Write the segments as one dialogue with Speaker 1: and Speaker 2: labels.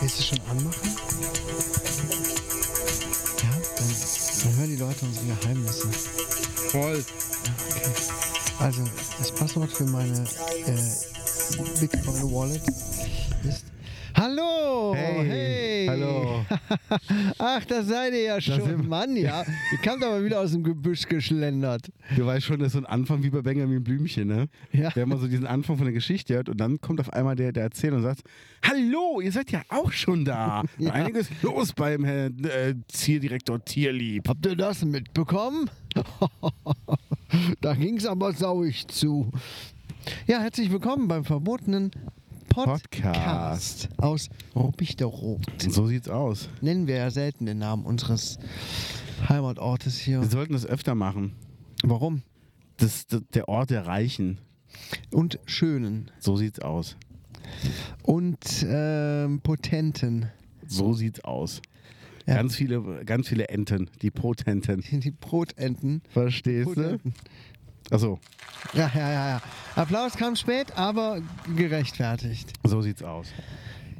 Speaker 1: Willst du schon anmachen? Ja, dann, dann hören die Leute unsere Geheimnisse.
Speaker 2: Voll.
Speaker 1: Okay. Also, das Passwort für meine äh, Bitcoin Wallet ist. Hallo!
Speaker 2: Hey, hallo.
Speaker 1: Ach, das seid ihr ja
Speaker 2: sind wir.
Speaker 1: schon. Mann, ja. Ihr kamt aber wieder aus dem Gebüsch geschlendert.
Speaker 2: Du weißt schon, das ist so ein Anfang wie bei Benjamin Blümchen, ne?
Speaker 1: Ja.
Speaker 2: Wenn man so diesen Anfang von der Geschichte hört und dann kommt auf einmal der, der Erzähler und sagt, Hallo, ihr seid ja auch schon da.
Speaker 1: Ja.
Speaker 2: Einiges los beim Herrn äh, Zieldirektor Tierlieb.
Speaker 1: Habt ihr das mitbekommen? da ging's aber sauig zu. Ja, herzlich willkommen beim verbotenen Podcast, aus Ruppichteroth.
Speaker 2: So sieht's aus.
Speaker 1: Nennen wir ja selten den Namen unseres Heimatortes hier.
Speaker 2: Wir sollten das öfter machen.
Speaker 1: Warum?
Speaker 2: Das, das, der Ort der Reichen.
Speaker 1: Und schönen
Speaker 2: So sieht's aus.
Speaker 1: und ähm, potenten.
Speaker 2: So sieht's aus.
Speaker 1: Ja.
Speaker 2: Ganz, viele, ganz viele Enten, die Potenten.
Speaker 1: Die Brotenten.
Speaker 2: Verstehst du?
Speaker 1: Brotenten.
Speaker 2: Achso,
Speaker 1: Ja, ja, ja, ja. Applaus kam spät, aber gerechtfertigt.
Speaker 2: so sieht's aus.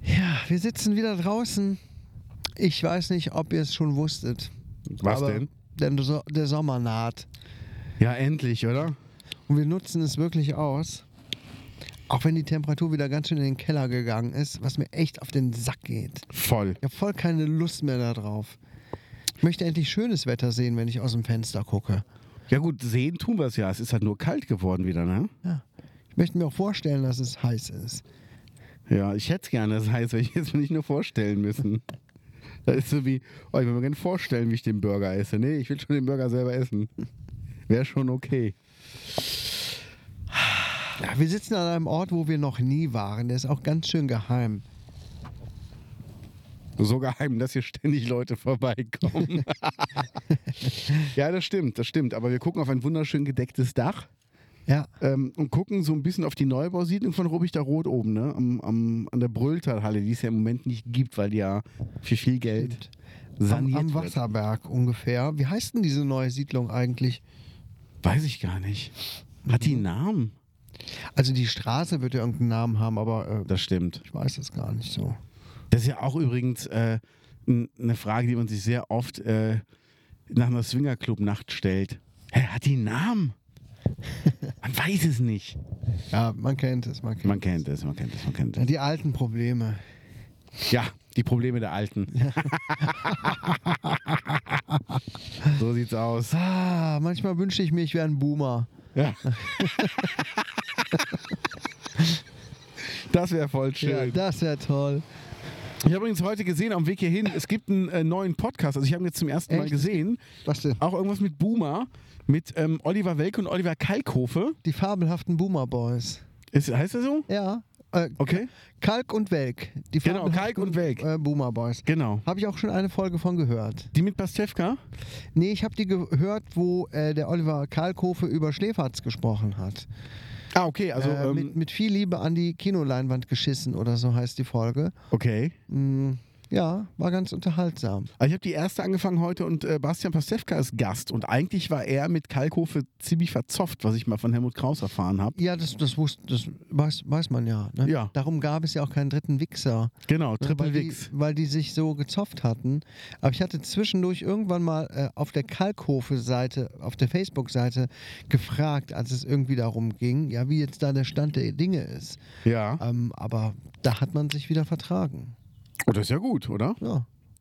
Speaker 1: Ja, wir sitzen wieder draußen. Ich weiß nicht, ob ihr es schon wusstet.
Speaker 2: Was
Speaker 1: aber
Speaker 2: denn?
Speaker 1: Denn der So- der Sommer naht.
Speaker 2: Ja, endlich, oder?
Speaker 1: Und wir nutzen es wirklich aus. Auch wenn die Temperatur wieder ganz schön in den Keller gegangen ist, was mir echt auf den Sack geht.
Speaker 2: Voll.
Speaker 1: Ich habe voll keine Lust mehr darauf. Ich möchte endlich schönes Wetter sehen, wenn ich aus dem Fenster gucke.
Speaker 2: Ja gut, sehen tun wir es ja. Es ist halt nur kalt geworden wieder, ne?
Speaker 1: Ja. Ich möchte mir auch vorstellen, dass es heiß ist.
Speaker 2: Ja, ich hätte es gerne, das heißt, ich hätte es mir nicht nur vorstellen müssen. Das ist so wie, oh, ich will mir gerne vorstellen, wie ich den Burger esse. Nee, ich will schon den Burger selber essen. Wäre schon okay.
Speaker 1: Ja, wir sitzen an einem Ort, wo wir noch nie waren. Der ist auch ganz schön geheim.
Speaker 2: So geheim, dass hier ständig Leute vorbeikommen. ja, das stimmt, das stimmt. Aber wir gucken auf ein wunderschön gedecktes Dach
Speaker 1: Ja,
Speaker 2: ähm, und gucken so ein bisschen auf die Neubausiedlung von Rubichter Rot oben, ne? Am, am, an der Brülltalhalle, die es ja im Moment nicht gibt, weil die ja für viel Geld
Speaker 1: am,
Speaker 2: saniert
Speaker 1: am
Speaker 2: wird.
Speaker 1: Wasserberg ungefähr. Wie heißt denn diese neue Siedlung eigentlich?
Speaker 2: Weiß ich gar nicht. Hat die einen Namen?
Speaker 1: Also die Straße wird ja irgendeinen Namen haben, aber äh,
Speaker 2: Das stimmt.
Speaker 1: ich weiß es gar nicht so.
Speaker 2: Das ist ja auch übrigens äh, n- eine Frage, die man sich sehr oft äh, nach einer Swingerclub-Nacht stellt. Hä, hat die einen Namen? Man weiß es nicht.
Speaker 1: Ja, man kennt es, man kennt
Speaker 2: Man kennt es, man kennt es, man kennt
Speaker 1: es.
Speaker 2: es.
Speaker 1: Die alten Probleme.
Speaker 2: Ja, die Probleme der Alten. so sieht's aus.
Speaker 1: Ah, manchmal wünschte ich mir, ich wäre ein Boomer.
Speaker 2: Ja. Das wäre voll schön.
Speaker 1: Ja, das wäre toll.
Speaker 2: Ich habe übrigens heute gesehen, am Weg hierhin, es gibt einen äh, neuen Podcast. Also ich habe ihn jetzt zum ersten Mal
Speaker 1: Echt?
Speaker 2: gesehen.
Speaker 1: Was denn?
Speaker 2: Auch irgendwas mit Boomer, mit ähm, Oliver Welke und Oliver Kalkofe.
Speaker 1: Die fabelhaften Boomer Boys.
Speaker 2: Ist, heißt er so?
Speaker 1: Ja. Äh,
Speaker 2: Okay.
Speaker 1: Kalk und Welk. Die
Speaker 2: Genau, Kalk
Speaker 1: fabelhaften,
Speaker 2: und Welk.
Speaker 1: Äh, Boomer Boys.
Speaker 2: Genau.
Speaker 1: Habe ich auch schon eine Folge von gehört.
Speaker 2: Die mit Pastewka?
Speaker 1: Nee, ich habe die gehört, wo äh, der Oliver Kalkofe über Schläferz gesprochen hat.
Speaker 2: Ah, okay, also
Speaker 1: äh,
Speaker 2: ähm,
Speaker 1: mit, mit viel Liebe an die Kinoleinwand geschissen oder so heißt die Folge.
Speaker 2: okay.
Speaker 1: Mm, ja, war ganz unterhaltsam.
Speaker 2: Also ich habe die erste angefangen heute und äh, Bastian Pastewka ist Gast und eigentlich war er mit Kalkofe ziemlich verzopft, was ich mal von Helmut Kraus erfahren habe.
Speaker 1: Ja, das, das, wusste, das weiß, weiß man ja, ne?
Speaker 2: Ja.
Speaker 1: Darum gab es ja auch keinen dritten Wichser.
Speaker 2: Genau,
Speaker 1: ne,
Speaker 2: Triple
Speaker 1: weil
Speaker 2: Wix.
Speaker 1: Die, weil die sich so gezopft hatten. Aber ich hatte zwischendurch irgendwann mal äh, auf der Kalkhofe-Seite, auf der Facebook-Seite gefragt, als es irgendwie darum ging, ja, wie jetzt da der Stand der Dinge ist.
Speaker 2: Ja.
Speaker 1: Ähm, aber da hat man sich wieder vertragen.
Speaker 2: Oh, das ist ja gut, oder?
Speaker 1: Ja,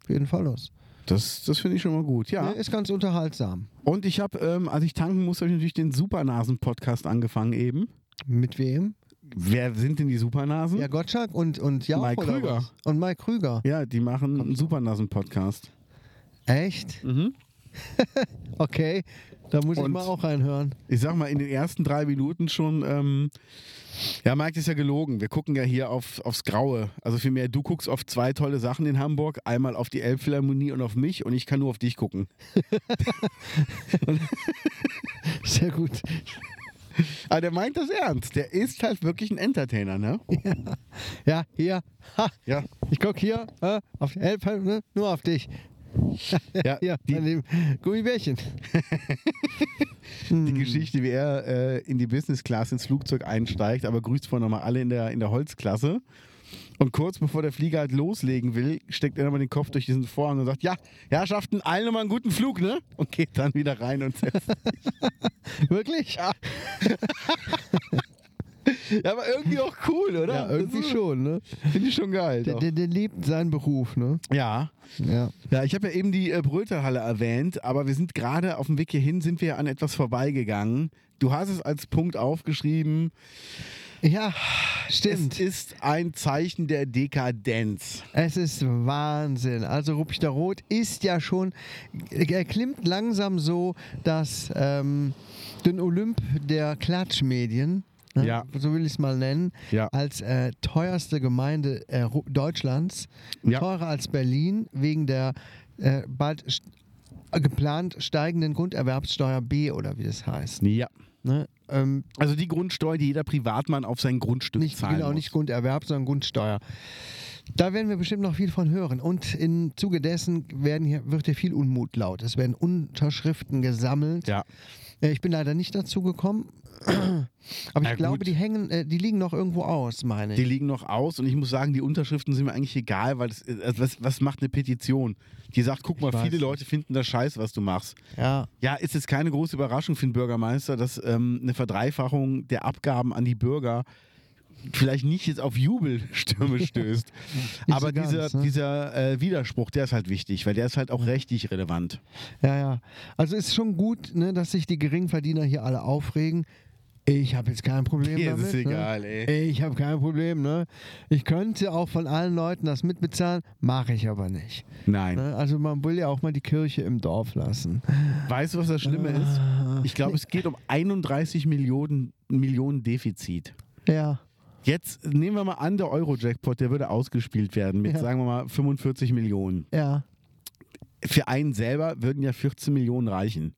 Speaker 1: auf jeden Fall los.
Speaker 2: Das, das finde ich schon mal gut, ja.
Speaker 1: Ne, ist ganz unterhaltsam.
Speaker 2: Und ich habe, ähm, als ich tanken musste, habe ich natürlich den Supernasen-Podcast angefangen eben.
Speaker 1: Mit wem?
Speaker 2: Wer sind denn die Supernasen?
Speaker 1: Ja,
Speaker 2: Ja,
Speaker 1: Gottschalk und, und Jauch
Speaker 2: Hm? Mike
Speaker 1: oder
Speaker 2: Krüger.
Speaker 1: was? Und Mike Krüger.
Speaker 2: die machen einen Supernasen-Podcast.
Speaker 1: Echt?
Speaker 2: Mhm.
Speaker 1: Okay. Da muss ich
Speaker 2: Und-
Speaker 1: mal auch reinhören.
Speaker 2: Ich sag mal, in den ersten drei Minuten schon, ähm, ja, Mike, das ist ja gelogen. Wir gucken ja hier auf, aufs Graue. Also vielmehr, du guckst auf zwei tolle Sachen in Hamburg. Einmal auf die Elbphilharmonie und auf mich und ich kann nur auf dich gucken.
Speaker 1: Sehr gut.
Speaker 2: Aber der meint das ernst. Der ist halt wirklich ein Entertainer, ne?
Speaker 1: Ja, hier. Ha,
Speaker 2: Ja.
Speaker 1: ich guck hier. Äh, auf help, help, ne? Nur auf dich.
Speaker 2: Ja,
Speaker 1: Hier,
Speaker 2: die-
Speaker 1: an dem Gummibärchen.
Speaker 2: Die Geschichte, wie er äh, in die Business Class ins Flugzeug einsteigt, aber grüßt vorher nochmal alle in der, in der Holzklasse. Und kurz bevor der Flieger halt loslegen will, steckt er nochmal den Kopf durch diesen Vorhang und sagt: Ja, Herrschaften, allen nochmal einen guten Flug, ne? Und geht dann wieder rein und setzt
Speaker 1: Wirklich? Ja,
Speaker 2: Ja, aber irgendwie auch cool, oder?
Speaker 1: irgendwie
Speaker 2: Das ist-
Speaker 1: schon, ne?
Speaker 2: Finde ich schon geil.
Speaker 1: Der,
Speaker 2: doch.
Speaker 1: der, der liebt seinen Beruf, ne?
Speaker 2: Ja.
Speaker 1: Ja.
Speaker 2: Ja, ich habe ja eben die äh, Brötelhalle erwähnt, aber wir sind gerade auf dem Weg hierhin, sind wir an etwas vorbeigegangen. Du hast es als Punkt aufgeschrieben.
Speaker 1: Ja, stimmt.
Speaker 2: Es ist ein Zeichen der Dekadenz.
Speaker 1: Es ist Wahnsinn. Also Rupich der Rot ist ja schon, er klimmt langsam so, dass ähm, den Olymp der Klatschmedien, ne,
Speaker 2: Ja.
Speaker 1: so will ich es mal nennen,
Speaker 2: Ja.
Speaker 1: als äh, teuerste Gemeinde äh, Ru- Deutschlands,
Speaker 2: Ja.
Speaker 1: teurer als Berlin, wegen der äh, bald st- geplant steigenden Grunderwerbssteuer B oder wie das heißt.
Speaker 2: Ja.
Speaker 1: Ne? Ähm,
Speaker 2: Also die Grundsteuer, die jeder Privatmann auf sein Grundstück
Speaker 1: nicht,
Speaker 2: zahlen
Speaker 1: genau,
Speaker 2: muss.
Speaker 1: nicht Grunderwerb, sondern Grundsteuer. Da werden wir bestimmt noch viel von hören. Und im Zuge dessen werden hier, wird hier viel Unmut laut. Es werden Unterschriften gesammelt.
Speaker 2: Ja.
Speaker 1: Äh, Ich bin leider nicht dazu gekommen. Aber ich
Speaker 2: Na
Speaker 1: glaube,
Speaker 2: gut.
Speaker 1: die hängen, äh, die liegen noch irgendwo aus, meine
Speaker 2: Die
Speaker 1: ich.
Speaker 2: liegen noch aus und ich muss sagen, die Unterschriften sind mir eigentlich egal, weil das, also was, was macht eine Petition? Die sagt, guck mal,
Speaker 1: weiß
Speaker 2: viele
Speaker 1: nicht.
Speaker 2: Leute finden das scheiße, was du machst.
Speaker 1: Ja.
Speaker 2: Ja, ist jetzt keine große Überraschung für den Bürgermeister, dass ähm, eine Verdreifachung der Abgaben an die Bürger vielleicht nicht jetzt auf Jubelstürme stößt.
Speaker 1: so
Speaker 2: Aber
Speaker 1: ganz,
Speaker 2: dieser,
Speaker 1: ne?
Speaker 2: dieser äh, Widerspruch, der ist halt wichtig, weil der ist halt auch rechtlich relevant.
Speaker 1: Ja, ja. Also ist schon gut, ne, dass sich die Geringverdiener hier alle aufregen. Ich habe jetzt kein Problem
Speaker 2: Mir ist
Speaker 1: damit.
Speaker 2: es egal,
Speaker 1: ne?
Speaker 2: ey.
Speaker 1: Ich habe kein Problem, ne? Ich könnte auch von allen Leuten das mitbezahlen, mache ich aber nicht.
Speaker 2: Nein.
Speaker 1: Ne? Also man will ja auch mal die Kirche im Dorf lassen.
Speaker 2: Weißt du, was das Schlimme ist? Ich glaube, es geht um 31 Millionen, Millionen Defizit.
Speaker 1: Ja,
Speaker 2: Jetzt nehmen wir mal an, der Euro-Jackpot, der würde ausgespielt werden mit,
Speaker 1: Ja.
Speaker 2: sagen wir mal, 45 Millionen.
Speaker 1: ja.
Speaker 2: Für einen selber würden ja 14 Millionen reichen.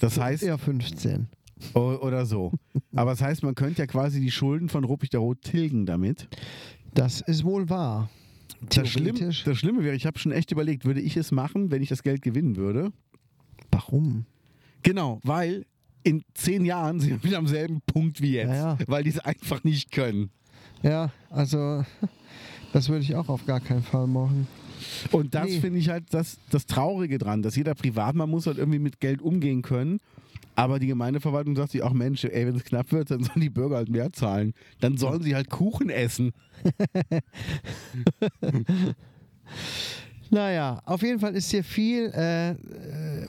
Speaker 2: Das heißt,
Speaker 1: Eher 15.
Speaker 2: O- Oder so. Aber das heißt, man könnte ja quasi die Schulden von Ruppig der Rot tilgen damit.
Speaker 1: Das ist wohl wahr.
Speaker 2: Das, Schlimm,
Speaker 1: Theoretisch.
Speaker 2: das Schlimme wäre, ich habe schon echt überlegt, würde ich es machen, wenn ich das Geld gewinnen würde?
Speaker 1: Warum?
Speaker 2: Genau, weil in zehn Jahren sind wir wieder am selben Punkt wie jetzt.
Speaker 1: Ja, ja.
Speaker 2: Weil die es einfach nicht können.
Speaker 1: Ja, also das würde ich auch auf gar keinen Fall machen.
Speaker 2: Und das
Speaker 1: Nee.
Speaker 2: finde ich halt das, das Traurige dran, dass jeder Privatmann muss halt irgendwie mit Geld umgehen können. Aber die Gemeindeverwaltung sagt sich auch, Mensch, ey, wenn es knapp wird, dann sollen die Bürger halt mehr zahlen. Dann sollen sie halt Kuchen essen.
Speaker 1: Naja, auf jeden Fall ist hier viel äh, äh,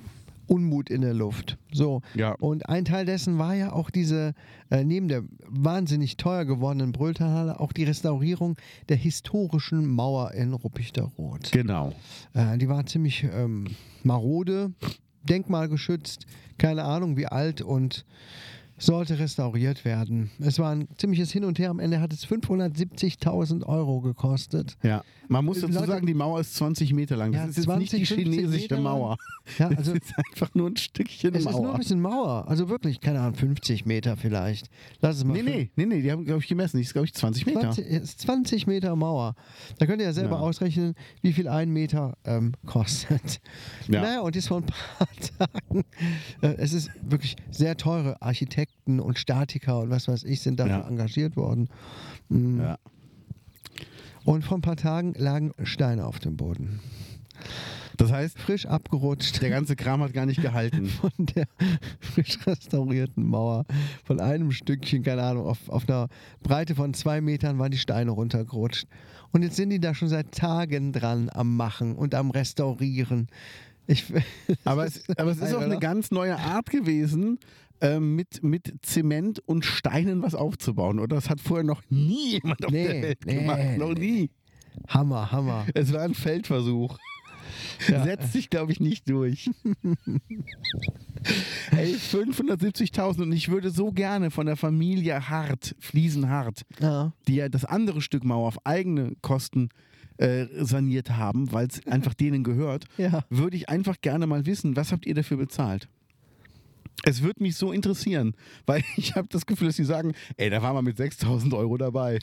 Speaker 1: Unmut in der Luft. So.
Speaker 2: Ja.
Speaker 1: Und ein Teil dessen war ja auch diese, äh, neben der wahnsinnig teuer gewordenen Brülltalhalle, auch die Restaurierung der historischen Mauer in Ruppichteroth.
Speaker 2: Genau.
Speaker 1: Äh, die war ziemlich ähm, marode, denkmalgeschützt, keine Ahnung wie alt und sollte restauriert werden. Es war ein ziemliches Hin und Her. Am Ende hat es 570.000 Euro gekostet.
Speaker 2: Ja, man muss dazu
Speaker 1: Leute-
Speaker 2: sagen, die Mauer ist 20 Meter lang. Das
Speaker 1: Ja,
Speaker 2: ist jetzt
Speaker 1: 20,
Speaker 2: nicht die
Speaker 1: 15
Speaker 2: chinesische
Speaker 1: Meter lang.
Speaker 2: Mauer.
Speaker 1: Ja, also
Speaker 2: das ist einfach nur ein Stückchen
Speaker 1: es ist nur ein
Speaker 2: Mauer.
Speaker 1: bisschen Mauer. Also wirklich, keine Ahnung, 50 Meter vielleicht. Lass es mal.
Speaker 2: Nee, nee, nee, nee, die haben, glaube ich, gemessen. Die ist, glaube ich, 20 Meter.
Speaker 1: 20, ist 20 Meter Mauer. Da könnt ihr ja selber
Speaker 2: Ja.
Speaker 1: ausrechnen, wie viel ein Meter ähm, kostet.
Speaker 2: Ja.
Speaker 1: Naja, und jetzt vor ein paar Tagen. Äh, es ist wirklich sehr teure Architekten und Statiker und was weiß ich sind dafür
Speaker 2: Ja.
Speaker 1: engagiert worden.
Speaker 2: Ja.
Speaker 1: Und vor ein paar Tagen lagen Steine auf dem Boden.
Speaker 2: Das heißt,
Speaker 1: frisch abgerutscht
Speaker 2: der ganze Kram hat gar nicht gehalten.
Speaker 1: von der frisch restaurierten Mauer. Von einem Stückchen, keine Ahnung, auf, auf einer Breite von zwei Metern waren die Steine runtergerutscht. Und jetzt sind die da schon seit Tagen dran am Machen und am Restaurieren. Ich,
Speaker 2: Aber es, aber es ist
Speaker 1: geil,
Speaker 2: auch eine
Speaker 1: oder?
Speaker 2: ganz neue Art gewesen, ähm, mit, mit Zement und Steinen was aufzubauen, oder? Das hat vorher noch nie jemand auf der
Speaker 1: Nee,
Speaker 2: Welt
Speaker 1: nee,
Speaker 2: gemacht. noch nie.
Speaker 1: Hammer, Hammer.
Speaker 2: Es war ein Feldversuch.
Speaker 1: Ja.
Speaker 2: Setzt sich, glaube ich, nicht durch. Ey, 570.000 und ich würde so gerne von der Familie Hart, Fliesen Hart,
Speaker 1: Ja.
Speaker 2: die ja das andere Stück Mauer auf eigene Kosten äh, saniert haben, weil es einfach denen gehört,
Speaker 1: Ja.
Speaker 2: würde ich einfach gerne mal wissen, was habt ihr dafür bezahlt? Es würde mich so interessieren, weil ich habe das Gefühl, dass sie sagen, ey, da war man mit 6.000 Euro dabei.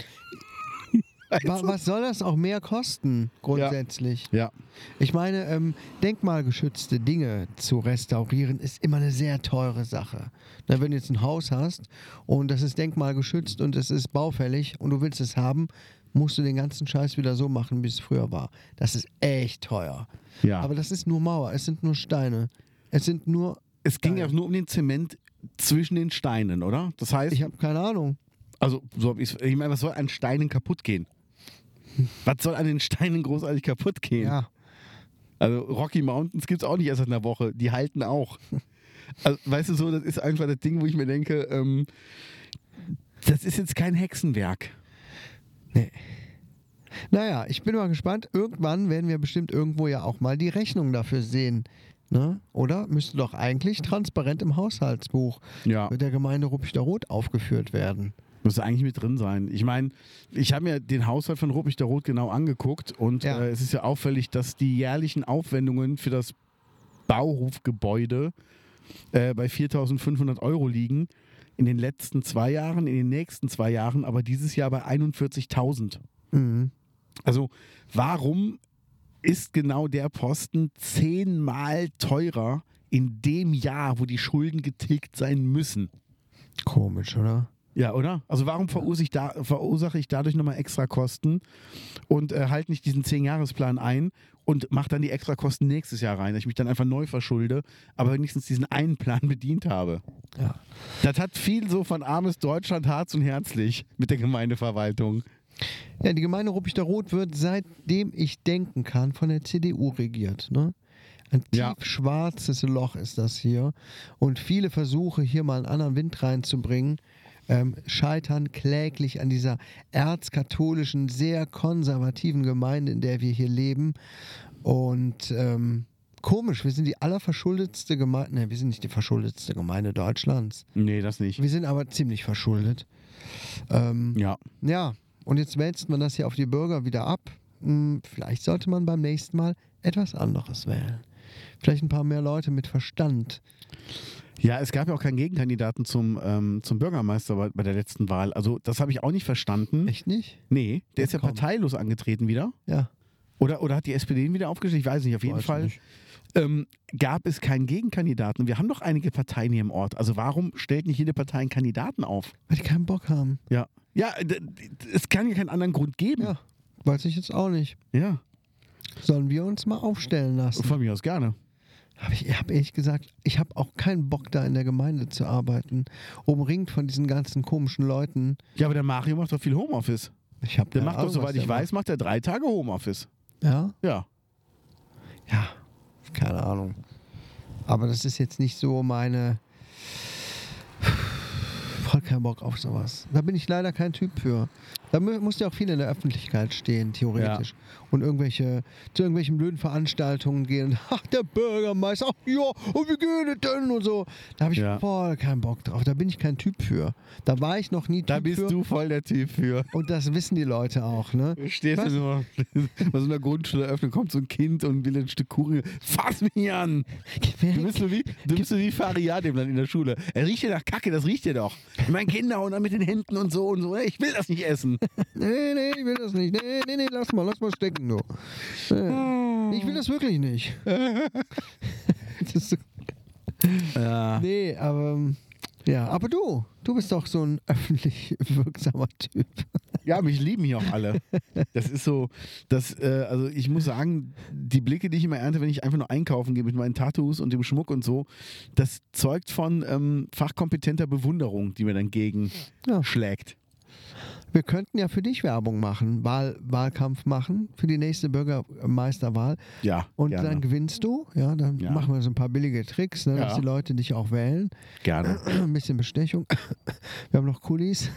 Speaker 1: Wa- Was soll das auch mehr kosten, grundsätzlich?
Speaker 2: Ja,
Speaker 1: Ich meine, ähm, denkmalgeschützte Dinge zu restaurieren ist immer eine sehr teure Sache. Na, wenn du jetzt ein Haus hast und das ist denkmalgeschützt und es ist baufällig und du willst es haben, musst du den ganzen Scheiß wieder so machen, wie es früher war. Das ist echt teuer.
Speaker 2: ja.
Speaker 1: Aber das ist nur Mauer, es sind nur Steine. Es sind nur.
Speaker 2: es ging
Speaker 1: Geil.
Speaker 2: ja nur um den Zement zwischen den Steinen, oder? Das heißt,
Speaker 1: Ich habe keine Ahnung.
Speaker 2: also so hab ich's- ich meine, was soll an Steinen kaputt gehen? Was soll an den Steinen großartig kaputt gehen?
Speaker 1: Ja.
Speaker 2: Also Rocky Mountains gibt es auch nicht erst seit einer Woche. Die halten auch. Also, weißt du so, das ist einfach das Ding, wo ich mir denke, ähm, das ist jetzt kein Hexenwerk.
Speaker 1: Naja, ich bin mal gespannt. Irgendwann werden wir bestimmt irgendwo ja auch mal die Rechnung dafür sehen. Ne? Oder müsste doch eigentlich transparent im Haushaltsbuch
Speaker 2: Ja.
Speaker 1: mit der Gemeinde Ruppichter Rot aufgeführt werden.
Speaker 2: Müsste eigentlich mit drin sein. Ich meine, ich habe mir den Haushalt von Ruppig der Roth genau angeguckt und
Speaker 1: Ja.
Speaker 2: äh, es ist ja auffällig, dass die jährlichen Aufwendungen für das Bauhofgebäude äh, bei 4.500 Euro liegen. In den letzten zwei Jahren, in den nächsten zwei Jahren, aber dieses Jahr bei 41.000.
Speaker 1: Mhm.
Speaker 2: Also warum ist genau der Posten zehnmal teurer in dem Jahr, wo die Schulden getilgt sein müssen?
Speaker 1: Komisch, oder?
Speaker 2: Ja, oder? Also warum verursache ich, da, verursache ich dadurch nochmal extra Kosten und äh, halte nicht diesen 10-Jahres-Plan ein und mache dann die extra Kosten nächstes Jahr rein, dass ich mich dann einfach neu verschulde, aber wenigstens diesen einen Plan bedient habe.
Speaker 1: Ja.
Speaker 2: Das hat viel so von armes Deutschland, Harz und Herzlich mit der Gemeindeverwaltung.
Speaker 1: Ja, die Gemeinde Ruppichter Rot wird, seitdem ich denken kann, von der CDU regiert. Ne? Ein
Speaker 2: Ja.
Speaker 1: tiefschwarzes Loch ist das hier. Und viele Versuche, hier mal einen anderen Wind reinzubringen, ähm, scheitern kläglich an dieser erzkatholischen, sehr konservativen Gemeinde, in der wir hier leben. Und ähm, komisch, wir sind die allerverschuldetste Gemeinde. Ne, wir sind nicht die verschuldetste Gemeinde Deutschlands.
Speaker 2: Nee, das nicht.
Speaker 1: Wir sind aber ziemlich verschuldet. Ähm,
Speaker 2: Ja.
Speaker 1: ja, und jetzt wälzt man das hier auf die Bürger wieder ab. Hm, Vielleicht sollte man beim nächsten Mal etwas anderes wählen. Vielleicht ein paar mehr Leute mit Verstand.
Speaker 2: Ja, es gab ja auch keinen Gegenkandidaten zum, ähm, zum Bürgermeister bei, bei der letzten Wahl. Also, das habe ich auch nicht verstanden.
Speaker 1: Echt nicht?
Speaker 2: Nee, der ist ja
Speaker 1: komm.
Speaker 2: parteilos angetreten wieder.
Speaker 1: Ja.
Speaker 2: Oder, oder hat die SPD ihn wieder aufgestellt? Ich weiß nicht. Auf jeden
Speaker 1: Weiß
Speaker 2: Fall
Speaker 1: nicht.
Speaker 2: ähm, gab es keinen Gegenkandidaten. Wir haben doch einige Parteien hier im Ort. Also, warum stellt nicht jede Partei einen Kandidaten auf?
Speaker 1: Weil die keinen Bock haben.
Speaker 2: Ja. Ja, d- d- es kann ja keinen anderen Grund geben.
Speaker 1: Ja. Weiß ich jetzt auch nicht.
Speaker 2: ja.
Speaker 1: Sollen wir uns mal aufstellen lassen?
Speaker 2: Von mir aus gerne.
Speaker 1: Hab ich habe ehrlich gesagt, ich habe auch keinen Bock, da in der Gemeinde zu arbeiten. Umringt von diesen ganzen komischen Leuten.
Speaker 2: Ja, aber der Mario macht doch viel Homeoffice.
Speaker 1: Ich hab
Speaker 2: Der
Speaker 1: keine
Speaker 2: macht doch,
Speaker 1: Ahnung, was
Speaker 2: soweit
Speaker 1: der
Speaker 2: ich weiß, macht er drei Tage Homeoffice.
Speaker 1: macht. Ja?
Speaker 2: Ja.
Speaker 1: Ja, keine Ahnung. Aber das ist jetzt nicht so meine. Voll keinen Bock auf sowas. Da bin ich leider kein Typ für. Da mu- muss ja auch viel in der Öffentlichkeit stehen, theoretisch. Und irgendwelche, zu irgendwelchen blöden Veranstaltungen gehen. Ach, der Bürgermeister, ach ja, und wie geht es denn? Und so. Da habe ich
Speaker 2: Ja.
Speaker 1: voll keinen Bock drauf. Da bin ich kein Typ für. Da war ich noch nie
Speaker 2: Da
Speaker 1: Typ
Speaker 2: bist
Speaker 1: für.
Speaker 2: du voll der Typ für.
Speaker 1: Und das wissen die Leute auch, ne?
Speaker 2: Du Stehst
Speaker 1: Was?
Speaker 2: du nur bei so einer Grundschule öffnen, kommt so ein Kind und will ein Stück Kuchen. Fass mich an! Du bist so wie, du bist so wie Fariad eben dann in der Schule. Er riecht ja nach Kacke, das riecht ja doch. Ich meine, Kinder und dann mit den Händen und so und so. Ich will das nicht essen.
Speaker 1: Nee, nee, ich will das nicht. Nee, nee, nee, lass mal, lass mal stecken, du. Nee, ich will das wirklich nicht. das ist so,
Speaker 2: Ja.
Speaker 1: nee, aber ähm, ja, aber du, du bist doch so ein öffentlich wirksamer Typ.
Speaker 2: Ja, mich lieben hier auch alle. Das ist so, das, äh, also ich muss sagen, die Blicke, die ich immer ernte, wenn ich einfach nur einkaufen gehe mit meinen Tattoos und dem Schmuck und so, das zeugt von ähm, fachkompetenter Bewunderung, die mir dann gegen
Speaker 1: Ja.
Speaker 2: schlägt.
Speaker 1: Wir könnten ja für dich Werbung machen, Wahl, Wahlkampf machen für die nächste Bürgermeisterwahl.
Speaker 2: Ja,
Speaker 1: Und
Speaker 2: gerne.
Speaker 1: dann gewinnst du. Ja, dann
Speaker 2: Ja.
Speaker 1: machen wir so ein paar billige Tricks, ne, dass
Speaker 2: Ja.
Speaker 1: die Leute dich auch wählen.
Speaker 2: gerne.
Speaker 1: ein bisschen Bestechung. Wir haben noch Kulis.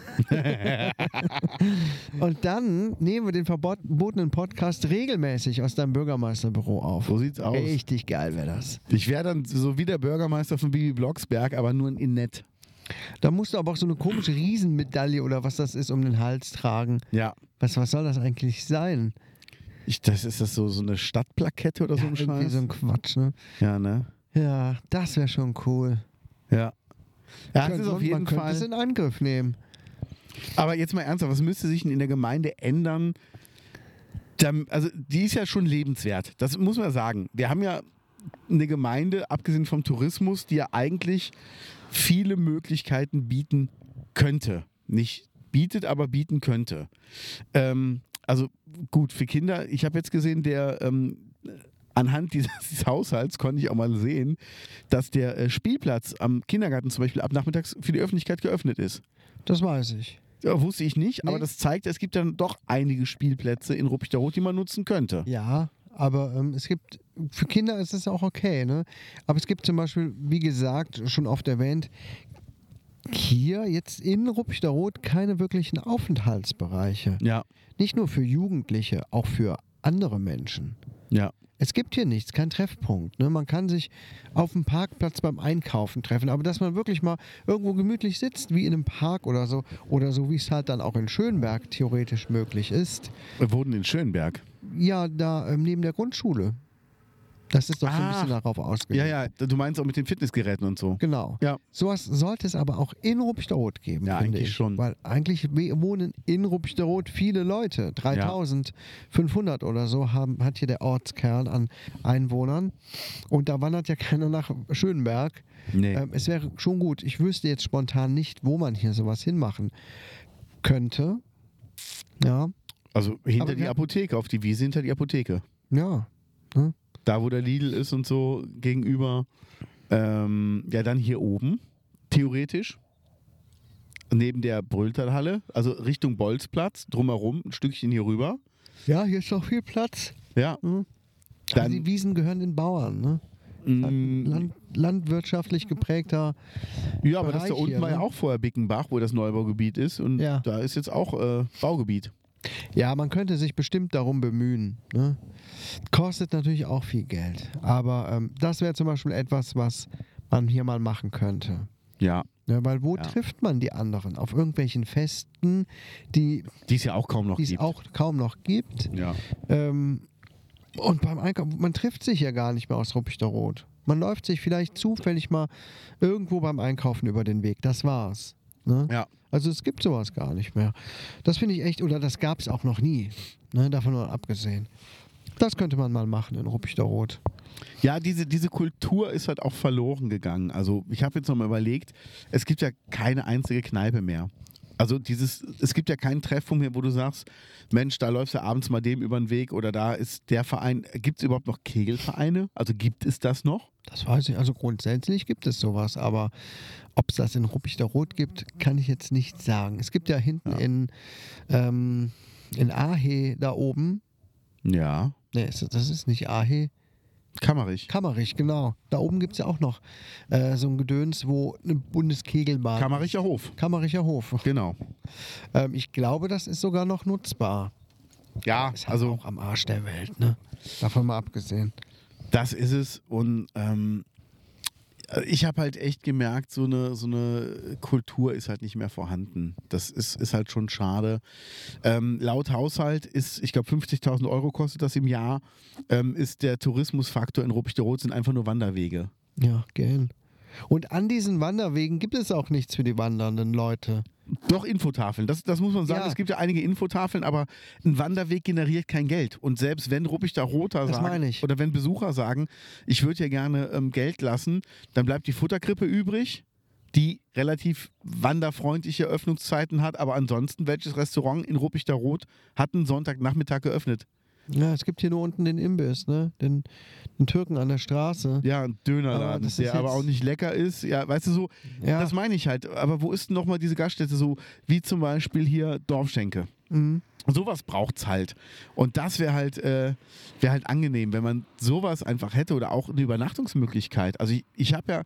Speaker 1: Und dann nehmen wir den verbotenen Podcast regelmäßig aus deinem Bürgermeisterbüro auf.
Speaker 2: So sieht's aus.
Speaker 1: Richtig geil wäre das.
Speaker 2: Ich wäre dann so wie der Bürgermeister von Bibi Blocksberg, aber nur in nett.
Speaker 1: Da musst du aber auch so eine komische Riesenmedaille oder was das ist um den Hals tragen.
Speaker 2: Ja.
Speaker 1: Was, was soll das eigentlich sein?
Speaker 2: Ich, das ist das so, so eine Stadtplakette oder so ein
Speaker 1: Irgendwie
Speaker 2: Scheiß?
Speaker 1: so ein Quatsch, ne?
Speaker 2: ja, ne?
Speaker 1: Ja, das wäre schon cool.
Speaker 2: Ja. Ja, das
Speaker 1: Könnte
Speaker 2: ist
Speaker 1: man-
Speaker 2: auf
Speaker 1: man
Speaker 2: jeden
Speaker 1: könnte es
Speaker 2: Fall.
Speaker 1: in Angriff nehmen.
Speaker 2: Aber jetzt mal ernsthaft, was müsste sich denn in der Gemeinde ändern? Dam- also, die ist ja schon lebenswert. Das muss man sagen. Wir haben ja eine Gemeinde, abgesehen vom Tourismus, die ja eigentlich viele Möglichkeiten bieten könnte. Nicht bietet, aber bieten könnte. Ähm, also gut, für Kinder, ich habe jetzt gesehen, der ähm, anhand dieses Haushalts konnte ich auch mal sehen, dass der äh, Spielplatz am Kindergarten zum Beispiel ab nachmittags für die Öffentlichkeit geöffnet ist.
Speaker 1: Das weiß ich.
Speaker 2: Ja, wusste ich nicht,
Speaker 1: Nee.
Speaker 2: aber das zeigt, es gibt dann doch einige Spielplätze in Ruppichteroth, die man nutzen könnte.
Speaker 1: Ja, aber ähm, es gibt, für Kinder ist es auch okay, ne? Aber es gibt zum Beispiel, wie gesagt, schon oft erwähnt, hier jetzt in Ruppichteroth keine wirklichen Aufenthaltsbereiche.
Speaker 2: Ja,
Speaker 1: Nicht nur für Jugendliche, auch für andere Menschen.
Speaker 2: ja.
Speaker 1: Es gibt hier nichts, kein Treffpunkt. Ne? Man kann sich auf dem Parkplatz beim Einkaufen treffen, aber dass man wirklich mal irgendwo gemütlich sitzt, wie in einem Park oder so, oder so wie es halt dann auch in Schönberg theoretisch möglich ist,
Speaker 2: Wir wurden in Schönberg.
Speaker 1: ja, da ähm, neben der Grundschule. Das ist doch so ein
Speaker 2: Ah.
Speaker 1: bisschen darauf ausgelegt.
Speaker 2: Ja, ja, du meinst auch mit den Fitnessgeräten und so.
Speaker 1: Genau.
Speaker 2: Ja.
Speaker 1: Sowas sollte es aber auch in Rupchterroth geben.
Speaker 2: Ja,
Speaker 1: finde
Speaker 2: eigentlich
Speaker 1: ich.
Speaker 2: schon.
Speaker 1: Weil eigentlich we- wohnen in Rupchterroth viele Leute. 3500 oder so haben, hat hier der Ortskern an Einwohnern. Und da wandert ja keiner nach Schönberg.
Speaker 2: Nee.
Speaker 1: Ähm, es wäre schon gut. Ich wüsste jetzt spontan nicht, wo man hier sowas hinmachen könnte. Ja,
Speaker 2: Also
Speaker 1: aber
Speaker 2: hinter die
Speaker 1: wir-
Speaker 2: Apotheke, auf die Wiese hinter die Apotheke.
Speaker 1: ja.
Speaker 2: Da, wo der Lidl ist und so gegenüber. Ähm, ja, dann hier oben, theoretisch. Neben der Brülltalhalle, also Richtung Bolzplatz, drumherum, ein Stückchen hier rüber.
Speaker 1: Ja, hier ist noch viel Platz.
Speaker 2: Ja.
Speaker 1: Mhm.
Speaker 2: Dann, mm,
Speaker 1: also die Wiesen gehören den Bauern, ne?
Speaker 2: mh,
Speaker 1: Land, landwirtschaftlich geprägter.
Speaker 2: Ja, aber das da
Speaker 1: Bereich
Speaker 2: unten
Speaker 1: hier,
Speaker 2: war ja
Speaker 1: ne?
Speaker 2: auch vorher Bickenbach, wo das Neubaugebiet ist. Und
Speaker 1: Ja.
Speaker 2: da ist jetzt auch äh, Baugebiet.
Speaker 1: Ja, man könnte sich bestimmt darum bemühen. Ne? Kostet natürlich auch viel Geld. Aber ähm, das wäre zum Beispiel etwas, was man hier mal machen könnte.
Speaker 2: Ja.
Speaker 1: Ja, weil wo
Speaker 2: Ja.
Speaker 1: trifft man die anderen? Auf irgendwelchen Festen, die
Speaker 2: Die es ja auch kaum noch
Speaker 1: die es
Speaker 2: gibt.
Speaker 1: auch kaum noch gibt.
Speaker 2: ja.
Speaker 1: Ähm, und beim Einkaufen, man trifft sich ja gar nicht mehr aus Ruppichteroth. Man läuft sich vielleicht zufällig mal irgendwo beim Einkaufen über den Weg. Das war's. Ne?
Speaker 2: Ja.
Speaker 1: Also es gibt sowas gar nicht mehr. Das finde ich echt, oder das gab es auch noch nie. Ne? Davon mal abgesehen. Das könnte man mal machen in Ruppichteroth.
Speaker 2: ja, diese, diese Kultur ist halt auch verloren gegangen. Also ich habe jetzt nochmal überlegt, es gibt ja keine einzige Kneipe mehr. Also dieses, es gibt ja keinen Treffpunkt mehr, wo du sagst, Mensch, da läufst du abends mal dem über den Weg oder da ist der Verein. Gibt es überhaupt noch Kegelvereine? Also gibt es das noch?
Speaker 1: Das weiß ich. Also grundsätzlich gibt es sowas, aber ob es das in Ruppichteroth gibt, kann ich jetzt nicht sagen. Es gibt ja hinten
Speaker 2: Ja.
Speaker 1: in, ähm, in Ahe da oben,
Speaker 2: Ja.
Speaker 1: nee, ist das das ist nicht Ahe,
Speaker 2: Kammerich.
Speaker 1: Kammerich, genau. Da oben gibt es ja auch noch äh, so ein Gedöns, wo eine Bundeskegelbahn.
Speaker 2: Kammericher Hof.
Speaker 1: Kammericher Hof.
Speaker 2: Genau.
Speaker 1: Ähm, ich glaube, das ist sogar noch nutzbar.
Speaker 2: Ja,
Speaker 1: Ist halt
Speaker 2: also
Speaker 1: auch am Arsch der Welt, ne? Davon mal abgesehen.
Speaker 2: Das ist es. Und ähm, ich habe halt echt gemerkt, so eine, so eine Kultur ist halt nicht mehr vorhanden. Das ist, ist halt schon schade. Ähm, laut Haushalt ist, ich glaube, 50.000 Euro kostet das im Jahr, ähm, ist der Tourismusfaktor in Ruppichteroth sind einfach nur Wanderwege.
Speaker 1: Ja, gern. Und an diesen Wanderwegen gibt es auch nichts für die wandernden Leute.
Speaker 2: Doch Infotafeln, das, das muss man sagen.
Speaker 1: Ja.
Speaker 2: Es gibt ja einige Infotafeln, aber ein Wanderweg generiert kein Geld. Und selbst wenn Ruppichter-Roter
Speaker 1: Das
Speaker 2: sagen
Speaker 1: meine ich.
Speaker 2: oder wenn Besucher sagen, ich würde ja gerne ähm, Geld lassen, dann bleibt die Futterkrippe übrig, die relativ wanderfreundliche Öffnungszeiten hat, aber ansonsten, welches Restaurant in Ruppichter Rot hat einen Sonntagnachmittag geöffnet?
Speaker 1: Ja, es gibt hier nur unten den Imbiss, ne? Den, den Türken an der Straße.
Speaker 2: Ja, ein
Speaker 1: Aber
Speaker 2: Dönerladen,
Speaker 1: Ah, das ist
Speaker 2: der aber
Speaker 1: jetzt-
Speaker 2: auch nicht lecker ist. Ja, weißt du so,
Speaker 1: Ja.
Speaker 2: das meine ich halt. Aber wo ist denn nochmal diese Gaststätte so, wie zum Beispiel hier Dorfschenke?
Speaker 1: Mhm.
Speaker 2: Sowas braucht's halt. Und das wäre halt, äh, wär halt angenehm, wenn man sowas einfach hätte oder auch eine Übernachtungsmöglichkeit. Also ich, ich habe ja,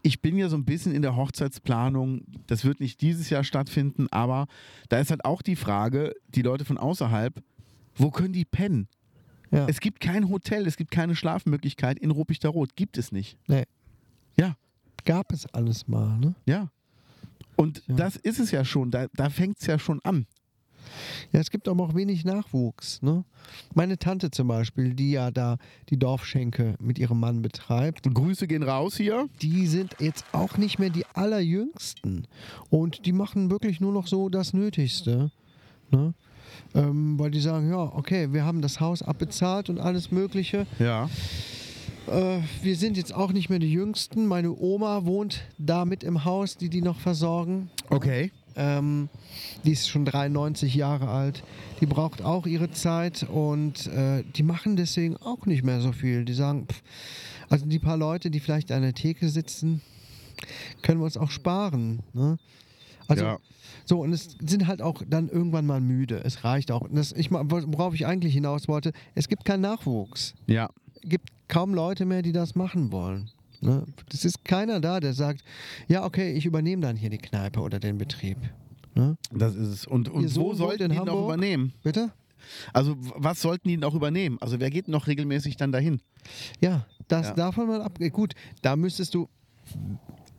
Speaker 2: ich bin ja so ein bisschen in der Hochzeitsplanung. Das wird nicht dieses Jahr stattfinden, aber da ist halt auch die Frage, die Leute von außerhalb, wo können die pennen?
Speaker 1: Ja.
Speaker 2: Es gibt kein Hotel, es gibt keine Schlafmöglichkeit in Rupichter Rot. Gibt es nicht.
Speaker 1: Nee.
Speaker 2: Ja.
Speaker 1: Gab es alles mal, ne?
Speaker 2: Ja. Und
Speaker 1: Tja.
Speaker 2: das ist es ja schon, da, da fängt es ja schon an.
Speaker 1: Ja, es gibt aber auch wenig Nachwuchs. Ne? Meine Tante zum Beispiel, die ja da die Dorfschenke mit ihrem Mann betreibt,
Speaker 2: Grüße gehen raus hier.
Speaker 1: die sind jetzt auch nicht mehr die allerjüngsten. Und die machen wirklich nur noch so das Nötigste. Ne? Ähm, weil die sagen, ja, okay, wir haben das Haus abbezahlt und alles Mögliche.
Speaker 2: Ja.
Speaker 1: Äh, wir sind jetzt auch nicht mehr die Jüngsten. Meine Oma wohnt da mit im Haus, die die noch versorgen.
Speaker 2: Okay.
Speaker 1: Ähm, die ist schon 93 Jahre alt. Die braucht auch ihre Zeit und äh, die machen deswegen auch nicht mehr so viel. Die sagen, pff, also die paar Leute, die vielleicht an der Theke sitzen, können wir uns auch sparen. Ne? Also
Speaker 2: Ja.
Speaker 1: so und es sind halt auch dann irgendwann mal müde. Es reicht auch. Und Das, ich, ma- worauf ich eigentlich hinaus wollte: Es gibt keinen Nachwuchs
Speaker 2: Ja.
Speaker 1: gibt kaum Leute mehr, die das machen wollen. Ne? Es ist keiner da, der sagt, ja, okay, ich übernehme dann hier die Kneipe oder den Betrieb. Ne?
Speaker 2: Das ist es. Und,
Speaker 1: Ihr
Speaker 2: und
Speaker 1: Sohn
Speaker 2: wo
Speaker 1: wohnt
Speaker 2: sollten
Speaker 1: in
Speaker 2: die noch
Speaker 1: Hamburg?
Speaker 2: übernehmen?
Speaker 1: Bitte?
Speaker 2: Also w- was sollten die noch übernehmen? Also wer geht noch regelmäßig dann dahin?
Speaker 1: Ja, das
Speaker 2: Ja.
Speaker 1: davon mal ab. Äh, Gut, da müsstest du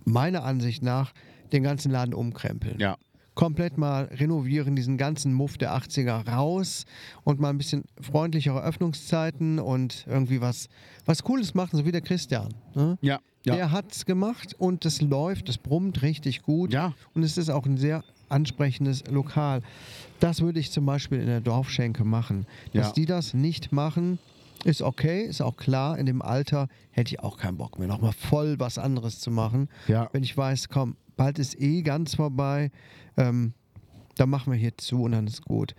Speaker 1: meiner Ansicht nach den ganzen Laden umkrempeln.
Speaker 2: Ja.
Speaker 1: Komplett mal renovieren, diesen ganzen Muff der 80er raus und mal ein bisschen freundlichere Öffnungszeiten und irgendwie was, was Cooles machen, so wie der Christian. Ne?
Speaker 2: Ja. Ja.
Speaker 1: Der hat's gemacht und es läuft, es brummt richtig gut.
Speaker 2: Ja.
Speaker 1: Und es ist auch ein sehr ansprechendes Lokal. Das würde ich zum Beispiel in der Dorfschenke machen. Dass
Speaker 2: Ja.
Speaker 1: die das nicht machen, ist okay, ist auch klar. In dem Alter hätte ich auch keinen Bock mehr, nochmal voll was anderes zu machen.
Speaker 2: Ja.
Speaker 1: Wenn ich weiß, komm, bald ist eh ganz vorbei, ähm, dann machen wir hier zu und dann ist gut.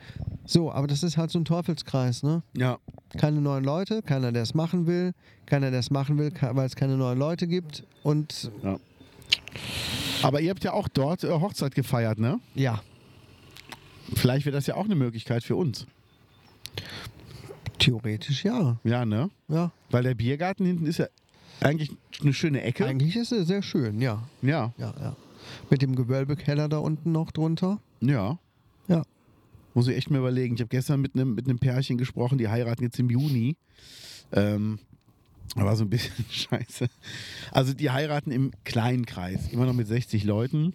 Speaker 1: So, aber das ist halt so ein Teufelskreis, ne?
Speaker 2: Ja.
Speaker 1: keine neuen Leute, keiner, der es machen will, keiner, der es machen will, ke- weil es keine neuen Leute gibt. Und
Speaker 2: Aber ihr habt ja auch dort äh, Hochzeit gefeiert, ne?
Speaker 1: ja,
Speaker 2: Vielleicht wäre das ja auch eine Möglichkeit für uns.
Speaker 1: theoretisch ja.
Speaker 2: Ja, ne?
Speaker 1: ja.
Speaker 2: Weil der Biergarten hinten ist ja eigentlich eine schöne Ecke.
Speaker 1: Eigentlich ist es sehr schön, ja.
Speaker 2: Ja.
Speaker 1: ja, ja. Mit dem Gewölbekeller da unten noch drunter.
Speaker 2: Ja.
Speaker 1: Ja.
Speaker 2: Muss ich echt mal überlegen. Ich habe gestern mit einem mit einem Pärchen gesprochen, die heiraten jetzt im Juni. Ähm, war so ein bisschen scheiße. Also die heiraten im kleinen Kreis, immer noch mit 60 Leuten,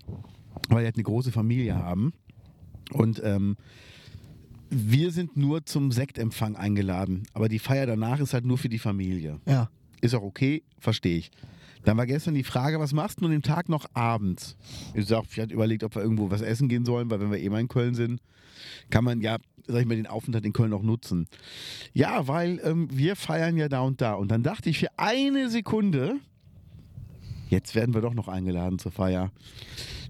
Speaker 2: weil die halt eine große Familie haben. Und ähm, wir sind nur zum Sektempfang eingeladen, aber die Feier danach ist halt nur für die Familie.
Speaker 1: Ja.
Speaker 2: Ist auch okay, verstehe ich. Dann war gestern die Frage, was machst du an dem Tag noch abends? Ich sag, ich hatte überlegt, ob wir irgendwo was essen gehen sollen, weil wenn wir eh mal in Köln sind, kann man ja, sag ich mal, den Aufenthalt in Köln auch nutzen. Ja, weil ähm, wir feiern ja da und da. Und dann dachte ich für eine Sekunde, jetzt werden wir doch noch eingeladen zur Feier.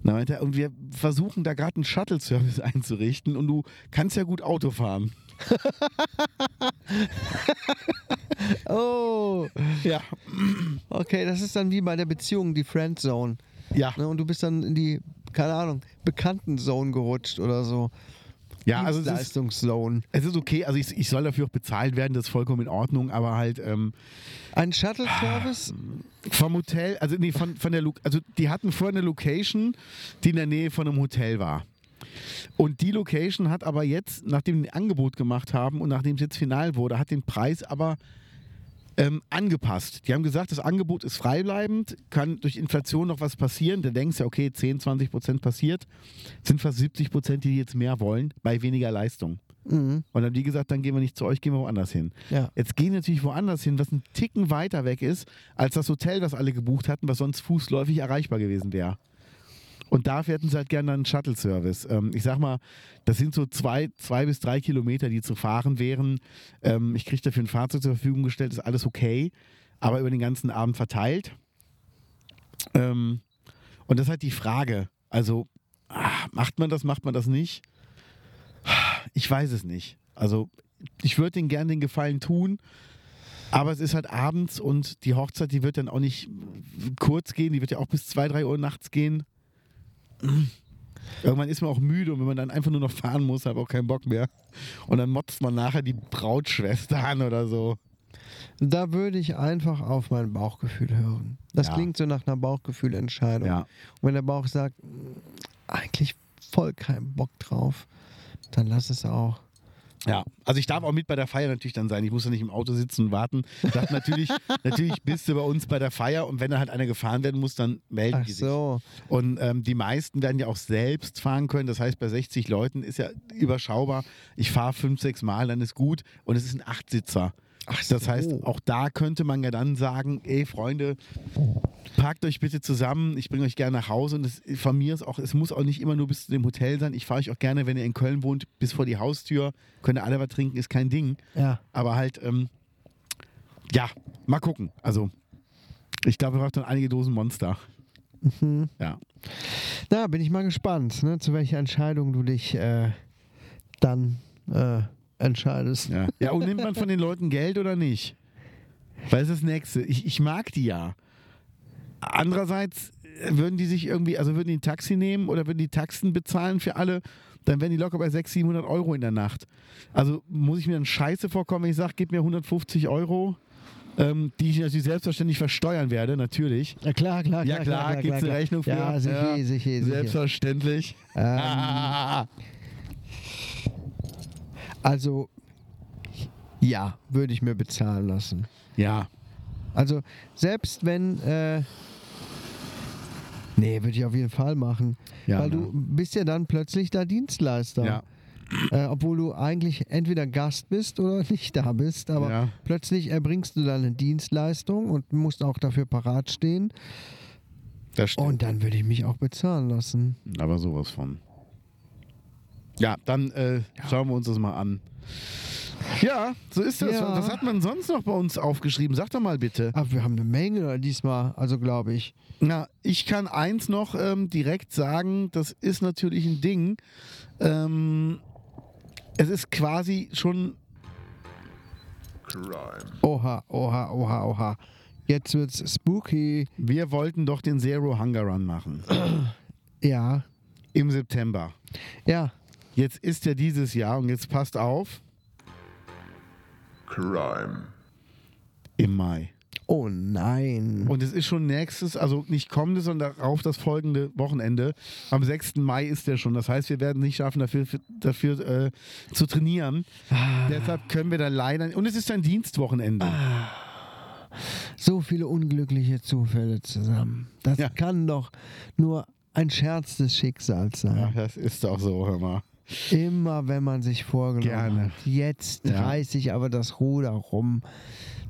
Speaker 2: Na, meinte er, und wir versuchen da gerade einen Shuttle-Service einzurichten und du kannst ja gut Auto fahren.
Speaker 1: Oh,
Speaker 2: Ja,
Speaker 1: okay, das ist dann wie bei der Beziehung, die Friendzone.
Speaker 2: ja.
Speaker 1: Ne? Und du bist dann in die, keine Ahnung, Bekannten-Zone gerutscht oder so.
Speaker 2: Ja, also es ist,
Speaker 1: Leistungszone.
Speaker 2: Es ist okay, also ich, ich soll dafür auch bezahlt werden, das ist vollkommen in Ordnung, aber halt ähm,
Speaker 1: Ein Shuttle-Service?
Speaker 2: Ah. vom Hotel, also nee, von, von der, Lo- also die hatten vorher eine Location, die in der Nähe von einem Hotel war. Und die Location hat aber jetzt, nachdem die ein Angebot gemacht haben und nachdem es jetzt final wurde, hat den Preis aber ähm, angepasst. Die haben gesagt, das Angebot ist freibleibend, kann durch Inflation noch was passieren. Da denkst du, ja, okay, 10, 20 Prozent passiert, sind fast 70 Prozent, die jetzt mehr wollen, bei weniger Leistung.
Speaker 1: Mhm.
Speaker 2: Und dann haben die gesagt, dann gehen wir nicht zu euch, gehen wir woanders hin.
Speaker 1: Ja.
Speaker 2: Jetzt gehen natürlich woanders hin, was einen Ticken weiter weg ist, als das Hotel, was alle gebucht hatten, was sonst fußläufig erreichbar gewesen wäre. Und dafür hätten sie halt gerne dann einen Shuttle-Service. Ähm, ich sag mal, das sind so zwei, zwei bis drei Kilometer, die zu fahren wären. Ähm, ich kriege dafür ein Fahrzeug zur Verfügung gestellt, ist alles okay, aber über den ganzen Abend verteilt. Ähm, Und das ist halt die Frage. Also, ah, macht man das, macht man das nicht? Ich weiß es nicht. Also, ich würde den gerne den Gefallen tun, aber es ist halt abends und die Hochzeit, die wird dann auch nicht kurz gehen, die wird ja auch bis 2, 3 Uhr nachts gehen. Irgendwann ist man auch müde und wenn man dann einfach nur noch fahren muss, habe auch keinen Bock mehr. Und dann motzt man nachher die Brautschwester an oder so.
Speaker 1: Da würde ich einfach auf mein Bauchgefühl hören. Das
Speaker 2: Ja.
Speaker 1: klingt so nach einer Bauchgefühlentscheidung.
Speaker 2: Ja.
Speaker 1: Und wenn der Bauch sagt, "Mm, eigentlich voll keinen Bock drauf, dann lass es auch.
Speaker 2: Ja, also ich darf auch mit bei der Feier natürlich dann sein. Ich muss ja nicht im Auto sitzen und warten. Das natürlich, natürlich bist du bei uns bei der Feier und wenn da halt einer gefahren werden muss, dann melden
Speaker 1: Ach
Speaker 2: die sich.
Speaker 1: so.
Speaker 2: Und ähm, die meisten werden ja auch selbst fahren können. Das heißt, bei 60 Leuten ist ja überschaubar. Ich fahre fünf, sechs Mal, dann ist gut. Und es ist ein Achtsitzer.
Speaker 1: Ach
Speaker 2: Das
Speaker 1: so.
Speaker 2: heißt, auch da könnte man ja dann sagen, ey Freunde, parkt euch bitte zusammen, ich bringe euch gerne nach Hause und es, von mir ist auch, es muss auch nicht immer nur bis zu dem Hotel sein. Ich fahre euch auch gerne, wenn ihr in Köln wohnt, bis vor die Haustür, könnt ihr alle was trinken, ist kein Ding.
Speaker 1: Ja.
Speaker 2: Aber halt, ähm, ja, mal gucken. Also, ich glaube, wir brauchen dann einige Dosen Monster.
Speaker 1: Mhm.
Speaker 2: Ja.
Speaker 1: Na, bin ich mal gespannt, ne, zu welcher Entscheidung du dich äh, dann äh, entscheidest.
Speaker 2: Ja. ja, und nimmt man von den Leuten Geld oder nicht? Weil es ist das Nächste. Ich, ich mag die ja. Andererseits äh, würden die sich irgendwie, also würden die ein Taxi nehmen oder würden die Taxen bezahlen für alle, dann wären die locker bei 600, 700 Euro in der Nacht. Also muss ich mir dann scheiße vorkommen, wenn ich sage, gib mir 150 Euro, ähm, die ich natürlich selbstverständlich versteuern werde, natürlich.
Speaker 1: Ja, klar, klar,
Speaker 2: Ja, klar, gibt's eine Rechnung für.
Speaker 1: Ja, sicher,
Speaker 2: Ja.
Speaker 1: sicher, Äh, sicher.
Speaker 2: Selbstverständlich.
Speaker 1: Ähm. Also, ja, würde ich mir bezahlen lassen.
Speaker 2: Ja.
Speaker 1: Also, selbst wenn. Äh, nee, würde ich auf jeden Fall machen.
Speaker 2: Ja,
Speaker 1: Weil
Speaker 2: ne?
Speaker 1: du bist ja dann plötzlich der Dienstleister.
Speaker 2: Ja.
Speaker 1: Äh, obwohl du eigentlich entweder Gast bist oder nicht da bist. Aber
Speaker 2: Ja.
Speaker 1: plötzlich erbringst du deine Dienstleistung und musst auch dafür parat stehen.
Speaker 2: Das stimmt.
Speaker 1: Und dann würde ich mich auch bezahlen lassen.
Speaker 2: Aber sowas von. Ja, dann äh, schauen wir uns das mal an. Ja, so ist das.
Speaker 1: Ja.
Speaker 2: Was hat man sonst noch bei uns aufgeschrieben? Sag doch mal bitte.
Speaker 1: Aber wir haben eine Menge diesmal, also glaube ich.
Speaker 2: Na, ich kann eins noch ähm, direkt sagen, das ist natürlich ein Ding. Ähm, es ist quasi schon,
Speaker 1: Oha, oha, oha, oha. Jetzt wird's spooky.
Speaker 2: wir wollten doch den Zero Hunger Run machen.
Speaker 1: Ja,
Speaker 2: Im September.
Speaker 1: ja.
Speaker 2: Jetzt ist ja dieses Jahr und jetzt passt auf,
Speaker 3: Crime.
Speaker 2: im Mai.
Speaker 1: Oh nein.
Speaker 2: Und es ist schon nächstes, also nicht kommendes, sondern darauf das folgende Wochenende. Am 6. Mai ist der schon. Das heißt, wir werden nicht schaffen, dafür, dafür äh, zu trainieren.
Speaker 1: Ah.
Speaker 2: Deshalb können wir da leider. Und es ist ein Dienstwochenende.
Speaker 1: So viele unglückliche Zufälle zusammen. Das
Speaker 2: Ja.
Speaker 1: kann doch nur ein Scherz des Schicksals
Speaker 2: Ach,
Speaker 1: sein.
Speaker 2: das ist doch so, hör mal.
Speaker 1: Immer wenn man sich vorgenommen
Speaker 2: Gerne.
Speaker 1: hat, jetzt
Speaker 2: Ja.
Speaker 1: reiß ich aber das Ruder rum,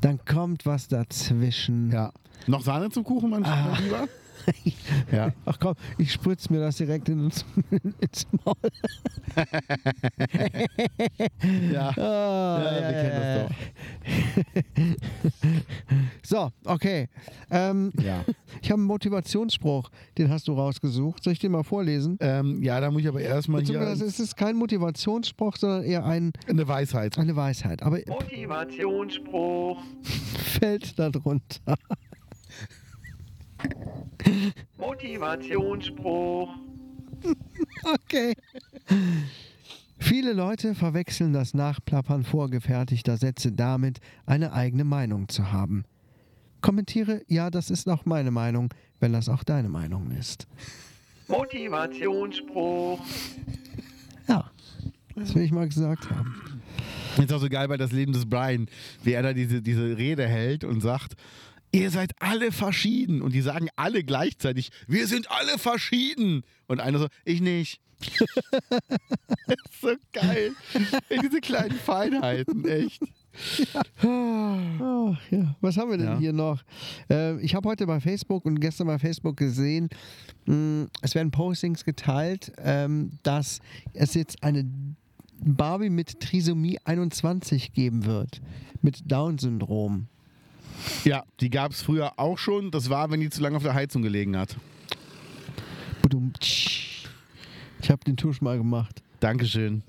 Speaker 1: dann kommt was dazwischen.
Speaker 2: Ja. Noch Sahne zum Kuchen, mein ah. lieber? ja.
Speaker 1: Ach komm, ich spritz mir das direkt in ins, ins Maul.
Speaker 2: Ja.
Speaker 1: Ah,
Speaker 2: Ja, wir kennen das doch.
Speaker 1: So, okay. Ähm,
Speaker 2: Ja.
Speaker 1: Ich habe einen Motivationsspruch, den hast du rausgesucht. Soll ich den mal vorlesen?
Speaker 2: Ähm, ja, da muss ich aber erstmal hier
Speaker 1: Beziehungsweise Es ist kein Motivationsspruch, sondern eher ein,
Speaker 2: eine Weisheit.
Speaker 1: eine Weisheit. Aber
Speaker 4: Motivationsspruch.
Speaker 1: fällt darunter.
Speaker 4: Motivationsspruch.
Speaker 1: Okay. Viele Leute verwechseln das Nachplappern vorgefertigter Sätze damit, eine eigene Meinung zu haben. Kommentiere, ja, das ist auch meine Meinung, wenn das auch deine Meinung ist.
Speaker 4: Motivationsspruch.
Speaker 1: Ja, das will ich mal gesagt haben.
Speaker 2: Jetzt auch so geil bei das Leben des Brian, wie er da diese, diese Rede hält und sagt, ihr seid alle verschieden. Und die sagen alle gleichzeitig, wir sind alle verschieden. Und einer so, ich nicht. Das ist so geil. diese kleinen Feinheiten, echt.
Speaker 1: Ach ja, was haben wir denn
Speaker 2: Ja.
Speaker 1: hier noch? Äh, ich habe heute bei Facebook und gestern bei Facebook gesehen, mh, es werden Postings geteilt, ähm, dass es jetzt eine Barbie mit Trisomie 21 geben wird. Mit Down-Syndrom.
Speaker 2: Ja, die gab es früher auch schon. Das war, wenn die zu lange auf der Heizung gelegen hat.
Speaker 1: Budum, tsch. Ich habe den Tusch mal gemacht.
Speaker 2: Dankeschön.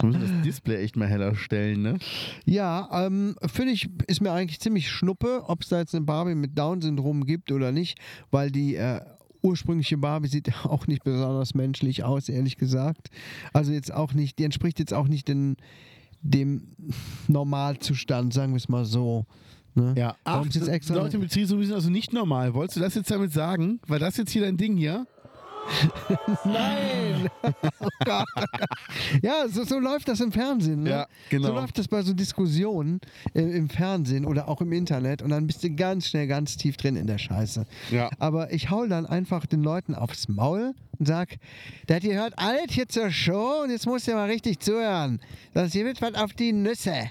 Speaker 2: Wir müssen das Display echt mal heller stellen, ne?
Speaker 1: Ja, ähm, finde ich, ist mir eigentlich ziemlich schnuppe, ob es da jetzt eine Barbie mit Down-Syndrom gibt oder nicht, weil die äh, ursprüngliche Barbie sieht ja auch nicht besonders menschlich aus, ehrlich gesagt. Also jetzt auch nicht, die entspricht jetzt auch nicht den, dem Normalzustand, sagen wir es mal so. Ne?
Speaker 2: Ja,
Speaker 1: Warum
Speaker 2: ach,
Speaker 1: ist jetzt extra-
Speaker 2: Leute mit Trisomie sind also nicht normal. Wolltest du das jetzt damit sagen? War das jetzt hier dein Ding hier?
Speaker 1: Nein! ja, so, so läuft das im Fernsehen. Ne?
Speaker 2: Ja, genau.
Speaker 1: So läuft das bei so Diskussionen äh, im Fernsehen oder auch im Internet und dann bist du ganz schnell ganz tief drin in der Scheiße.
Speaker 2: Ja.
Speaker 1: Aber ich hau dann einfach den Leuten aufs Maul und sag, das ihr hört alles hier zur Show und jetzt müsst ihr mal richtig zuhören. Sonst hier wird was auf die Nüsse.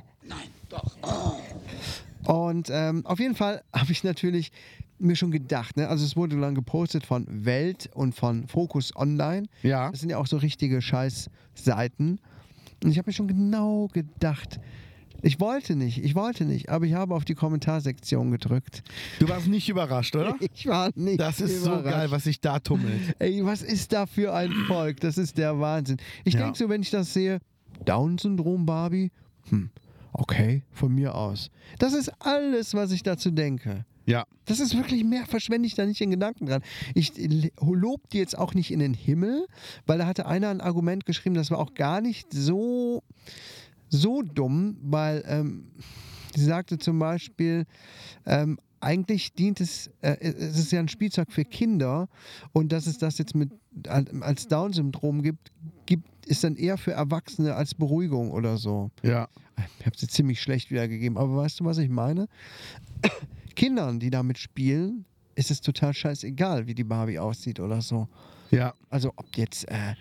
Speaker 1: Und ähm, auf jeden Fall habe ich natürlich mir schon gedacht, ne? also es wurde dann gepostet von Welt und von Focus Online.
Speaker 2: Ja.
Speaker 1: Das sind ja auch so richtige Scheißseiten. Und ich habe mir schon genau gedacht, ich wollte nicht, ich wollte nicht, aber ich habe auf die Kommentarsektion gedrückt.
Speaker 2: Du warst nicht überrascht, oder?
Speaker 1: Ich war nicht
Speaker 2: Das ist so
Speaker 1: überrascht.
Speaker 2: geil, was sich da tummelt.
Speaker 1: Ey, was ist da für ein Volk? Das ist der Wahnsinn. Ich
Speaker 2: Ja.
Speaker 1: denke so, wenn ich das sehe, Down-Syndrom, Barbie, hm, okay, von mir aus. Das ist alles, was ich dazu denke.
Speaker 2: Ja.
Speaker 1: Das ist wirklich mehr, verschwende ich da nicht den Gedanken dran. Ich l- lob die jetzt auch nicht in den Himmel, weil da hatte einer ein Argument geschrieben, das war auch gar nicht so, so dumm, weil ähm, sie sagte zum Beispiel, ähm, eigentlich dient es, äh, es ist ja ein Spielzeug für Kinder und dass es das jetzt mit als Down-Syndrom gibt, gibt, ist dann eher für Erwachsene als Beruhigung oder so.
Speaker 2: Ja.
Speaker 1: Ich habe sie ziemlich schlecht wiedergegeben, aber weißt du, was ich meine? Kindern, die damit spielen, ist es total scheißegal, wie die Barbie aussieht oder so.
Speaker 2: Ja.
Speaker 1: Also ob die jetzt äh,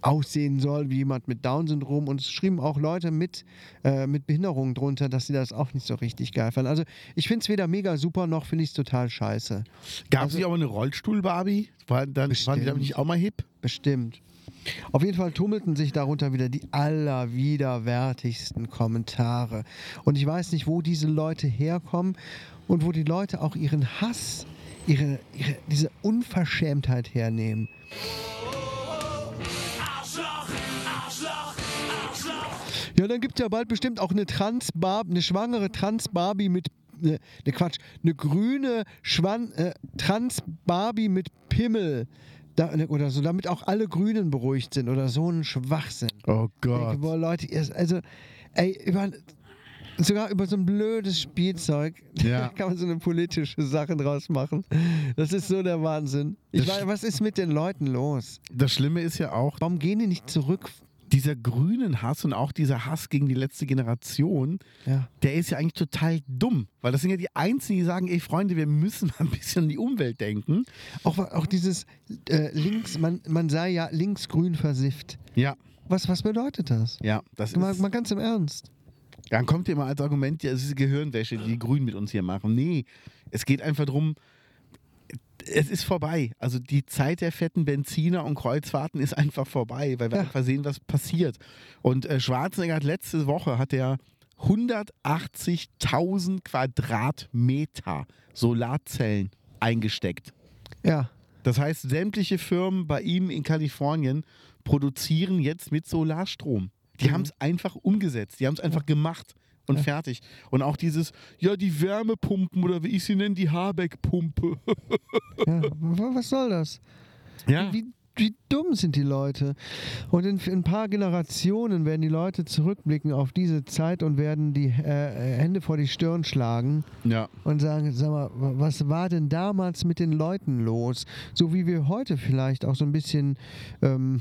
Speaker 1: aussehen soll wie jemand mit Down-Syndrom und es schrieben auch Leute mit, äh, mit Behinderungen drunter, dass sie das auch nicht so richtig geil fanden. Also ich finde es weder mega super noch finde ich es total scheiße.
Speaker 2: Gab es nicht auch eine Rollstuhl-Barbie? War, dann, waren die
Speaker 1: Bestimmt.
Speaker 2: damit nicht auch mal hip?
Speaker 1: Bestimmt. Auf jeden Fall tummelten sich darunter wieder die allerwiderwärtigsten Kommentare. Und ich weiß nicht, wo diese Leute herkommen und wo die Leute auch ihren Hass, ihre, ihre, diese Unverschämtheit hernehmen. Ja, dann gibt es ja bald bestimmt auch eine trans eine schwangere Trans-Barbie mit. Ne, ne Quatsch, eine grüne Schwan äh, Trans-Barbie mit Pimmel. Da, ne, oder so, damit auch alle Grünen beruhigt sind oder so ein Schwachsinn.
Speaker 2: Oh
Speaker 1: Ich denke, boah, Leute, ihr, also, ey, über, sogar über so ein blödes Spielzeug
Speaker 2: Ja.
Speaker 1: kann man so eine politische Sache draus machen. Das ist so der Wahnsinn. Ich
Speaker 2: Das
Speaker 1: meine, was ist mit den Leuten los?
Speaker 2: Das Schlimme ist ja auch,
Speaker 1: Warum gehen die nicht zurück?
Speaker 2: dieser grünen Hass und auch dieser Hass gegen die letzte Generation,
Speaker 1: Ja.
Speaker 2: der ist ja eigentlich total dumm. Weil das sind ja die Einzigen, die sagen, ey Freunde, wir müssen mal ein bisschen an die Umwelt denken.
Speaker 1: Auch, auch dieses äh, links, man, man sei ja linksgrün versifft.
Speaker 2: Ja,
Speaker 1: Was, was bedeutet das?
Speaker 2: ja, das ist.
Speaker 1: Mal, mal ganz im Ernst.
Speaker 2: Dann kommt ihr mal als Argument, ja, es ist Gehirnwäsche, die die Grünen mit uns hier machen. Nee, es geht einfach darum, es ist vorbei. Also die Zeit der fetten Benziner und Kreuzfahrten ist einfach vorbei, weil wir
Speaker 1: Ja.
Speaker 2: einfach sehen, was passiert. Und äh, Schwarzenegger hat letzte Woche hat er 180.000 Quadratmeter Solarzellen eingesteckt.
Speaker 1: Ja.
Speaker 2: Das heißt, sämtliche Firmen bei ihm in Kalifornien produzieren jetzt mit Solarstrom. Die haben es einfach umgesetzt, die haben es einfach gemacht und fertig. Und auch dieses, ja, die Wärmepumpen oder wie ich sie nenne, die Habeck-Pumpe.
Speaker 1: ja. W- Was soll das?
Speaker 2: Ja.
Speaker 1: Wie, wie dumm sind die Leute? Und in, in ein paar Generationen werden die Leute zurückblicken auf diese Zeit und werden die äh, Hände vor die Stirn schlagen
Speaker 2: Ja.
Speaker 1: und sagen, sag mal, wa- was war denn damals mit den Leuten los? So wie wir heute vielleicht auch so ein bisschen ähm,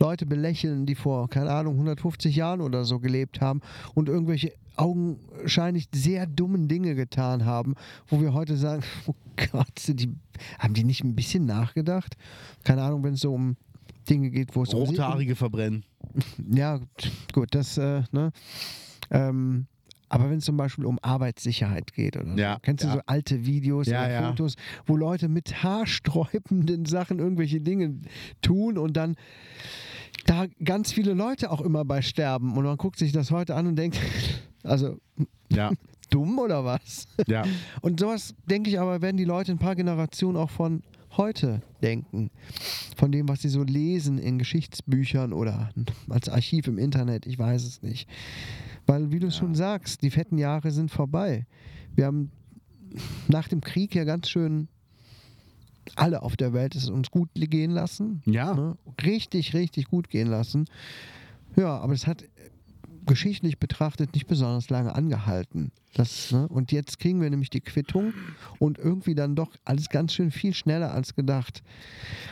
Speaker 1: Leute belächeln, die vor, keine Ahnung, 150 Jahren oder so gelebt haben und irgendwelche augenscheinlich sehr dummen Dinge getan haben, wo wir heute sagen, oh Gott, sind die, haben die nicht ein bisschen nachgedacht? Keine Ahnung, wenn es so um Dinge geht, wo es um Se-
Speaker 2: Rothaarige verbrennen.
Speaker 1: ja, t- gut, das, äh, ne? Ähm, aber wenn es zum Beispiel um Arbeitssicherheit geht oder so,
Speaker 2: Ja,
Speaker 1: kennst du
Speaker 2: ja.
Speaker 1: so alte Videos
Speaker 2: Ja,
Speaker 1: oder
Speaker 2: ja.
Speaker 1: Fotos, wo Leute mit haarsträubenden Sachen irgendwelche Dinge tun und dann da ganz viele Leute auch immer bei sterben und man guckt sich das heute an und denkt, also
Speaker 2: Ja,
Speaker 1: dumm oder was?
Speaker 2: ja.
Speaker 1: Und sowas, denke ich aber, werden die Leute in ein paar Generationen auch von heute denken. Von dem, was sie so lesen in Geschichtsbüchern oder als Archiv im Internet, ich weiß es nicht. Weil, wie du es schon sagst, die fetten Jahre sind vorbei. Wir haben nach dem Krieg ja ganz schön alle auf der Welt es uns gut gehen lassen.
Speaker 2: Ja.
Speaker 1: Ne? Richtig, richtig gut gehen lassen. Ja, aber es hat äh, geschichtlich betrachtet nicht besonders lange angehalten. Das, ne? Und jetzt kriegen wir nämlich die Quittung und irgendwie dann doch alles ganz schön viel schneller als gedacht.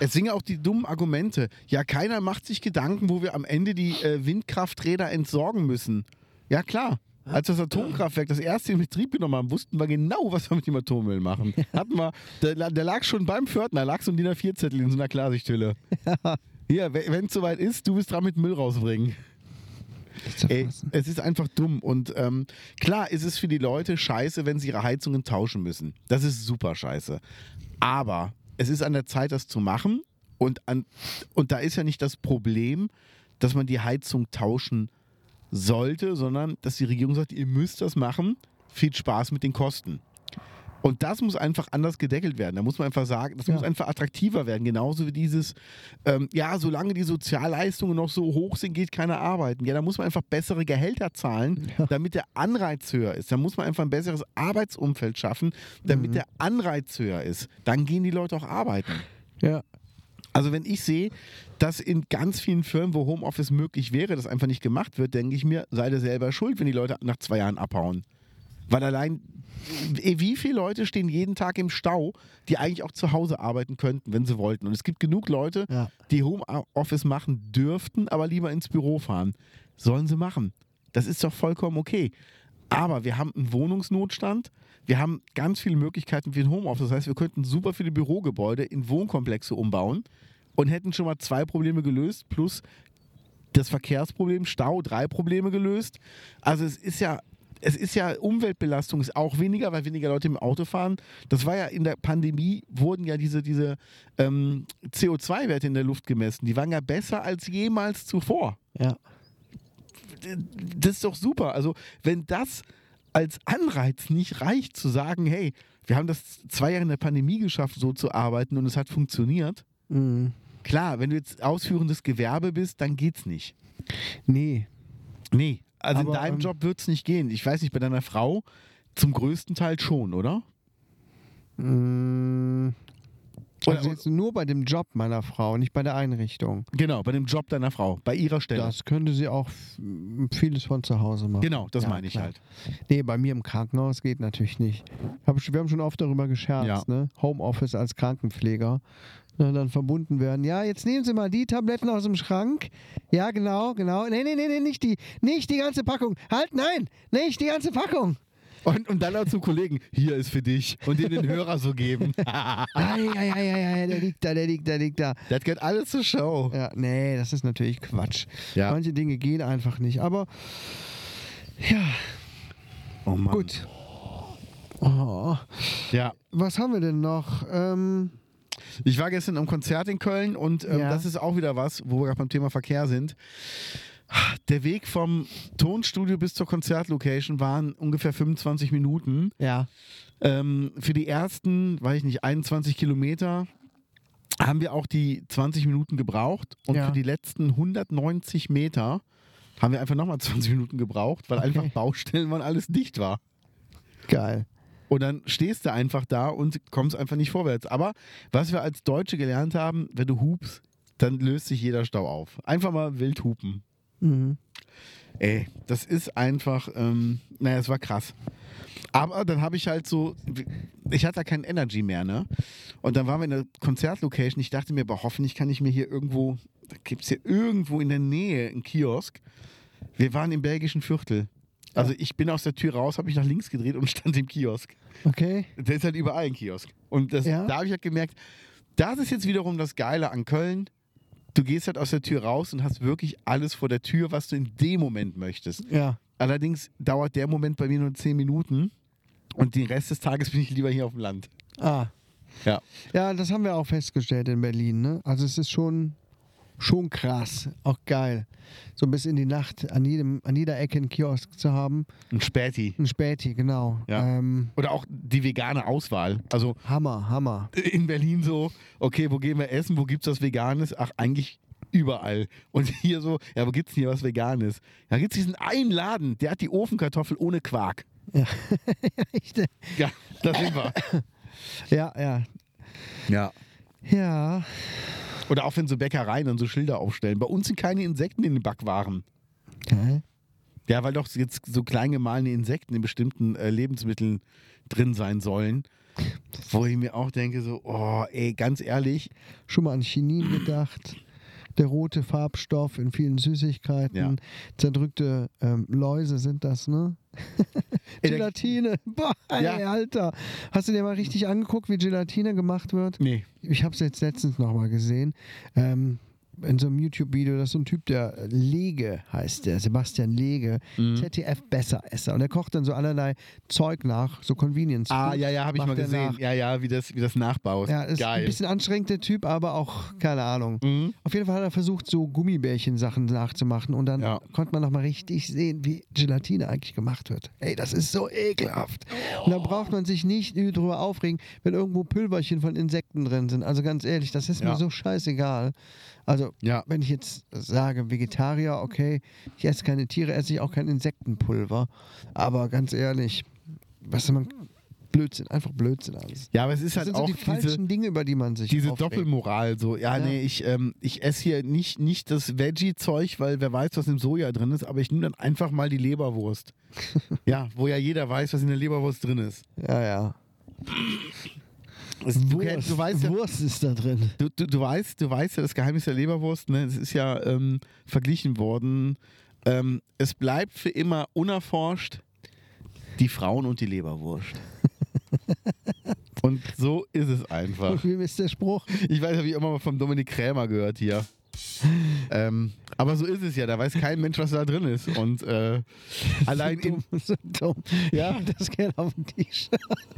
Speaker 2: Es sind ja auch die dummen Argumente. Ja, keiner macht sich Gedanken, wo wir am Ende die äh, Windkrafträder entsorgen müssen. Ja, klar. Als das Atomkraftwerk das erste in Betrieb genommen haben, wussten wir genau, was wir mit dem Atommüll machen. Hatten wir, der, la- der lag schon beim Pförtner, lag so ein DIN A4-Zettel in so einer Klarsichthülle. Hier, wenn es soweit ist, du bist dran mit Müll rausbringen.
Speaker 1: Nicht zu
Speaker 2: Ey,
Speaker 1: fassen.
Speaker 2: es ist einfach dumm. Und ähm, klar ist es für die Leute scheiße, wenn sie ihre Heizungen tauschen müssen. Das ist super scheiße. Aber es ist an der Zeit, das zu machen. Und, an, und da ist ja nicht das Problem, dass man die Heizung tauschen sollte, sondern dass die Regierung sagt, ihr müsst das machen. Viel Spaß mit den Kosten. Und das muss einfach anders gedeckelt werden. Da muss man einfach sagen, das
Speaker 1: Ja.
Speaker 2: muss einfach attraktiver werden. Genauso wie dieses, ähm, ja, solange die Sozialleistungen noch so hoch sind, geht keiner arbeiten. Ja, da muss man einfach bessere Gehälter zahlen, damit der Anreiz höher ist. Da muss man einfach ein besseres Arbeitsumfeld schaffen, damit der Anreiz höher ist. Dann gehen die Leute auch arbeiten.
Speaker 1: Ja.
Speaker 2: Also wenn ich sehe, dass in ganz vielen Firmen, wo Homeoffice möglich wäre, das einfach nicht gemacht wird, denke ich mir, seid ihr selber schuld, wenn die Leute nach zwei Jahren abhauen. Weil allein, eh, wie viele Leute stehen jeden Tag im Stau, die eigentlich auch zu Hause arbeiten könnten, wenn sie wollten. Und es gibt genug Leute,
Speaker 1: Ja.
Speaker 2: die Homeoffice machen dürften, aber lieber ins Büro fahren. Sollen sie machen. Das ist doch vollkommen okay. Aber wir haben einen Wohnungsnotstand. Wir haben ganz viele Möglichkeiten für ein Homeoffice. Das heißt, wir könnten super viele Bürogebäude in Wohnkomplexe umbauen und hätten schon mal zwei Probleme gelöst, plus das Verkehrsproblem, Stau, drei Probleme gelöst. Also es ist ja, es ist ja, Umweltbelastung ist auch weniger, weil weniger Leute im Auto fahren. Das war ja in der Pandemie, wurden ja diese, diese ähm, CO2-Werte in der Luft gemessen. Die waren ja besser als jemals zuvor.
Speaker 1: Ja.
Speaker 2: Das ist doch super. Also wenn das als Anreiz nicht reicht, zu sagen, hey, wir haben das zwei Jahre in der Pandemie geschafft, so zu arbeiten und es hat funktioniert.
Speaker 1: Mhm.
Speaker 2: Klar, wenn du jetzt ausführendes Gewerbe bist, dann geht's nicht.
Speaker 1: Nee.
Speaker 2: Nee, also in
Speaker 1: Aber,
Speaker 2: deinem
Speaker 1: ähm,
Speaker 2: Job wird es nicht gehen. Ich weiß nicht, bei deiner Frau zum größten Teil schon, oder?
Speaker 1: Mhm.
Speaker 2: Oder-
Speaker 1: Also jetzt nur bei dem Job meiner Frau, nicht bei der Einrichtung.
Speaker 2: Genau, bei dem Job deiner Frau, bei ihrer Stelle.
Speaker 1: Das könnte sie auch f- vieles von zu Hause machen.
Speaker 2: Genau, das
Speaker 1: Ja,
Speaker 2: meine ich
Speaker 1: klar.
Speaker 2: halt.
Speaker 1: Nee, bei mir im Krankenhaus geht natürlich nicht. Hab, sch- wir haben schon oft darüber gescherzt,
Speaker 2: Ja.
Speaker 1: ne? Homeoffice als Krankenpfleger. Na, dann verbunden werden. Ja, jetzt nehmen Sie mal die Tabletten aus dem Schrank. Ja, genau, genau. Nee, nee, nee, nee, nicht die. Nicht die ganze Packung. Halt, nein, nicht die ganze Packung.
Speaker 2: Und, und dann auch zum Kollegen, hier ist für dich und dir den Hörer so geben.
Speaker 1: Ah, ja, ja, ja, ja, ja, der liegt da, der liegt da, der liegt da.
Speaker 2: das gehört alles zur Show.
Speaker 1: Ja, nee, das ist natürlich Quatsch.
Speaker 2: Ja.
Speaker 1: Manche Dinge gehen einfach nicht. Aber
Speaker 2: Oh Mann.
Speaker 1: gut. Oh.
Speaker 2: Ja.
Speaker 1: Was haben wir denn noch? Ähm,
Speaker 2: Ich war gestern am Konzert in Köln und ähm,
Speaker 1: Ja.
Speaker 2: das ist auch wieder was, wo wir gerade beim Thema Verkehr sind. Der Weg vom Tonstudio bis zur Konzertlocation waren ungefähr 25 Minuten.
Speaker 1: ja.
Speaker 2: Ähm, für die ersten, weiß ich nicht, 21 Kilometer haben wir auch die 20 Minuten gebraucht und
Speaker 1: Ja.
Speaker 2: für die letzten 190 Meter haben wir einfach nochmal 20 Minuten gebraucht, weil einfach Baustellen waren, alles dicht war.
Speaker 1: Geil.
Speaker 2: Und dann stehst du einfach da und kommst einfach nicht vorwärts. Aber was wir als Deutsche gelernt haben, wenn du hupst, dann löst sich jeder Stau auf. Einfach mal wild hupen.
Speaker 1: Mhm.
Speaker 2: Ey, das ist einfach, ähm, naja, es war krass. Aber dann habe ich halt so, ich hatte da kein Energy mehr, ne? Und dann waren wir in der Konzertlocation. Ich dachte mir, aber hoffentlich kann ich mir hier irgendwo, da gibt es hier irgendwo in der Nähe einen Kiosk. Wir waren im belgischen Viertel. Also ich bin aus der Tür raus, habe mich nach links gedreht und stand im Kiosk.
Speaker 1: Okay.
Speaker 2: Der ist halt überall ein Kiosk. Und das,
Speaker 1: Ja.
Speaker 2: da habe ich halt gemerkt, das ist jetzt wiederum das Geile an Köln. Du gehst halt aus der Tür raus und hast wirklich alles vor der Tür, was du in dem Moment möchtest.
Speaker 1: Ja.
Speaker 2: Allerdings dauert der Moment bei mir nur 10 Minuten und den Rest des Tages bin ich lieber hier auf dem Land.
Speaker 1: Ah.
Speaker 2: Ja.
Speaker 1: Ja, das haben wir auch festgestellt in Berlin. Ne? Also es ist schon schon krass, auch geil. So bis in die Nacht an, jedem, an jeder Ecke einen Kiosk zu haben.
Speaker 2: Ein Späti.
Speaker 1: Ein Späti, genau.
Speaker 2: Ja.
Speaker 1: Ähm,
Speaker 2: Oder auch die vegane Auswahl. Also
Speaker 1: Hammer, Hammer.
Speaker 2: in Berlin so, okay, wo gehen wir essen, wo gibt's was Veganes? Ach, eigentlich überall. Und hier so, ja, wo gibt's denn hier was Veganes? Da gibt's diesen einen Laden, der hat die Ofenkartoffel ohne Quark.
Speaker 1: Ja, Echt?
Speaker 2: Ja, das sind wir.
Speaker 1: ja, ja.
Speaker 2: Ja.
Speaker 1: Ja,
Speaker 2: Oder auch wenn so Bäckereien und so Schilder aufstellen. Bei uns sind keine Insekten in den Backwaren.
Speaker 1: geil.
Speaker 2: Ja, weil doch jetzt so klein gemahlene Insekten in bestimmten äh, Lebensmitteln drin sein sollen. Wo ich mir auch denke, so, oh, ey, ganz ehrlich,
Speaker 1: Schon mal an Chinin gedacht. Der rote Farbstoff in vielen Süßigkeiten.
Speaker 2: Ja.
Speaker 1: Zerdrückte ähm, Läuse sind das, ne?
Speaker 2: Ey, da-
Speaker 1: Gelatine. Boah,
Speaker 2: Ja.
Speaker 1: ey, Alter. Hast du dir mal richtig angeguckt, wie Gelatine gemacht wird?
Speaker 2: nee,
Speaker 1: ich habe es jetzt letztens nochmal gesehen, ähm, in so einem YouTube-Video, das ist so ein Typ, der Lege heißt der, Sebastian Lege,
Speaker 2: Mhm.
Speaker 1: ZDF-Besseresser. Und der kocht dann so allerlei Zeug nach, so Convenience.
Speaker 2: Ah,
Speaker 1: Food
Speaker 2: ja, ja, habe ich
Speaker 1: macht
Speaker 2: mal
Speaker 1: er
Speaker 2: gesehen.
Speaker 1: nach.
Speaker 2: Ja, ja, wie das, wie das nachbaust.
Speaker 1: Ja, ist ein
Speaker 2: Geil.
Speaker 1: bisschen anstrengend, der Typ, aber auch, keine Ahnung.
Speaker 2: Mhm.
Speaker 1: Auf jeden Fall hat er versucht, so Gummibärchen-Sachen nachzumachen und dann
Speaker 2: Ja.
Speaker 1: konnte man nochmal richtig sehen, wie Gelatine eigentlich gemacht wird. Ey, das ist so ekelhaft. Und da braucht man sich nicht drüber aufregen, wenn irgendwo Pülverchen von Insekten drin sind. Also ganz ehrlich, das ist
Speaker 2: Ja.
Speaker 1: mir so scheißegal. Also,
Speaker 2: Ja.
Speaker 1: wenn ich jetzt sage, Vegetarier, okay, ich esse keine Tiere, esse ich auch kein Insektenpulver. Aber ganz ehrlich, was man. Blödsinn, einfach Blödsinn alles.
Speaker 2: ja, aber es
Speaker 1: Das
Speaker 2: ist halt
Speaker 1: sind so
Speaker 2: auch
Speaker 1: die
Speaker 2: diese,
Speaker 1: falschen Dinge, über die man sich
Speaker 2: diese
Speaker 1: aufregt.
Speaker 2: Doppelmoral. So, ja,
Speaker 1: Ja.
Speaker 2: nee, ich, ähm, ich esse hier nicht, nicht das Veggie-Zeug, weil wer weiß, was im Soja drin ist, aber ich nehme dann einfach mal die Leberwurst. ja, wo ja jeder weiß, was in der Leberwurst drin ist.
Speaker 1: Ja, ja.
Speaker 2: Es- Du, kennst- du weißt ja,
Speaker 1: Wurst ist da drin.
Speaker 2: Du, du, du, weißt, du weißt ja, das Geheimnis der Leberwurst, ne? es ist ja ähm, verglichen worden. Ähm, es bleibt für immer unerforscht die Frauen und die Leberwurst. und so ist es einfach.
Speaker 1: Wie ist der Spruch?
Speaker 2: Ich weiß, habe ich immer mal vom Dominik Krämer gehört hier. Ähm, aber so ist es ja, da weiß kein Mensch, was da drin ist. Und äh, allein in.
Speaker 1: so dumm.
Speaker 2: Ja.
Speaker 1: Ja, das geht auf den Tisch.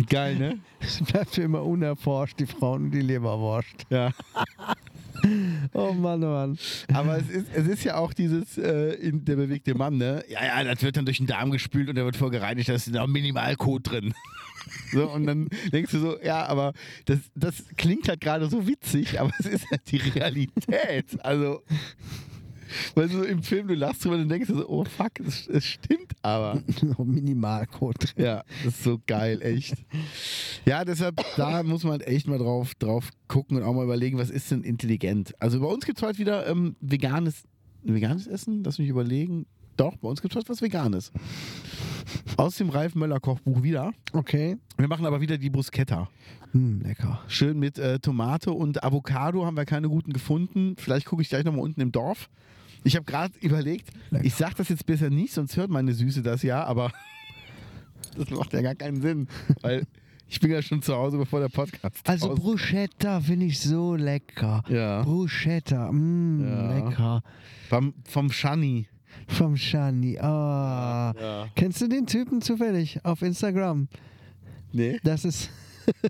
Speaker 2: Geil, ne?
Speaker 1: Es bleibt für immer unerforscht, die Frauen und die Leberwurst.
Speaker 2: Ja.
Speaker 1: Oh Mann, oh Mann.
Speaker 2: Aber es ist, es ist ja auch dieses, äh, in, der bewegte Mann, ne? Ja, ja, das wird dann durch den Darm gespült und der wird vorgereinigt, da ist noch Minimalcode drin. So, und dann denkst du so, ja, aber das, das klingt halt gerade so witzig, aber es ist halt die Realität. Also, weil so im Film, du lachst drüber und denkst du so, oh fuck, es, es stimmt aber.
Speaker 1: Noch Minimalcode drin.
Speaker 2: Ja, das ist so geil, echt. Ja, deshalb, da muss man halt echt mal drauf, drauf gucken und auch mal überlegen, was ist denn intelligent? Also bei uns gibt es heute wieder ähm, veganes, veganes Essen, lass mich überlegen. Doch, bei uns gibt es heute was Veganes. Aus dem Ralf Möller Kochbuch wieder.
Speaker 1: Okay.
Speaker 2: Wir machen aber wieder die Bruschetta.
Speaker 1: Hm, lecker.
Speaker 2: Schön mit äh, Tomate und Avocado haben wir keine guten gefunden. Vielleicht gucke ich gleich nochmal unten im Dorf. Ich habe gerade überlegt,
Speaker 1: Lecker.
Speaker 2: ich sage das jetzt besser nicht, sonst hört meine Süße das ja, aber das macht ja gar keinen Sinn, weil ich bin ja schon zu Hause, bevor der Podcast
Speaker 1: Also
Speaker 2: aus-
Speaker 1: Bruschetta finde ich so lecker.
Speaker 2: Ja.
Speaker 1: Bruschetta, mm,
Speaker 2: Ja.
Speaker 1: lecker.
Speaker 2: vom, vom Shani.
Speaker 1: Vom Shani. Ah.
Speaker 2: Ja.
Speaker 1: Kennst du den Typen zufällig auf Instagram?
Speaker 2: Nee.
Speaker 1: Das ist.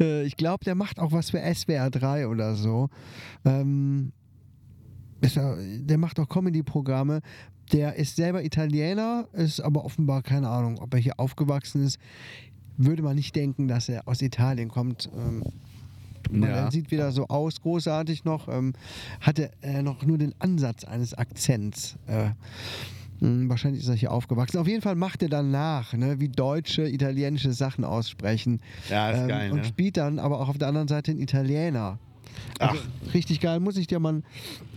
Speaker 1: Äh, ich glaube, der macht auch was für SWR 3 oder so. Ähm, ist er, der macht auch Comedy-Programme. Der ist selber Italiener, ist aber offenbar, keine Ahnung, ob er hier aufgewachsen ist. Würde man nicht denken, dass er aus Italien kommt. Ähm, man
Speaker 2: Ja.
Speaker 1: sieht wieder so aus, großartig noch. Ähm, hatte äh, noch nur den Ansatz eines Akzents. Äh, mh, Hm, wahrscheinlich ist er hier aufgewachsen. Auf jeden Fall macht er dann nach, ne, wie deutsche, italienische Sachen aussprechen. Ähm,
Speaker 2: Ja, ist geil,
Speaker 1: Und
Speaker 2: ne?
Speaker 1: spielt dann aber auch auf der anderen Seite einen Italiener. Also, Ach. Richtig geil, muss ich dir mal, einen-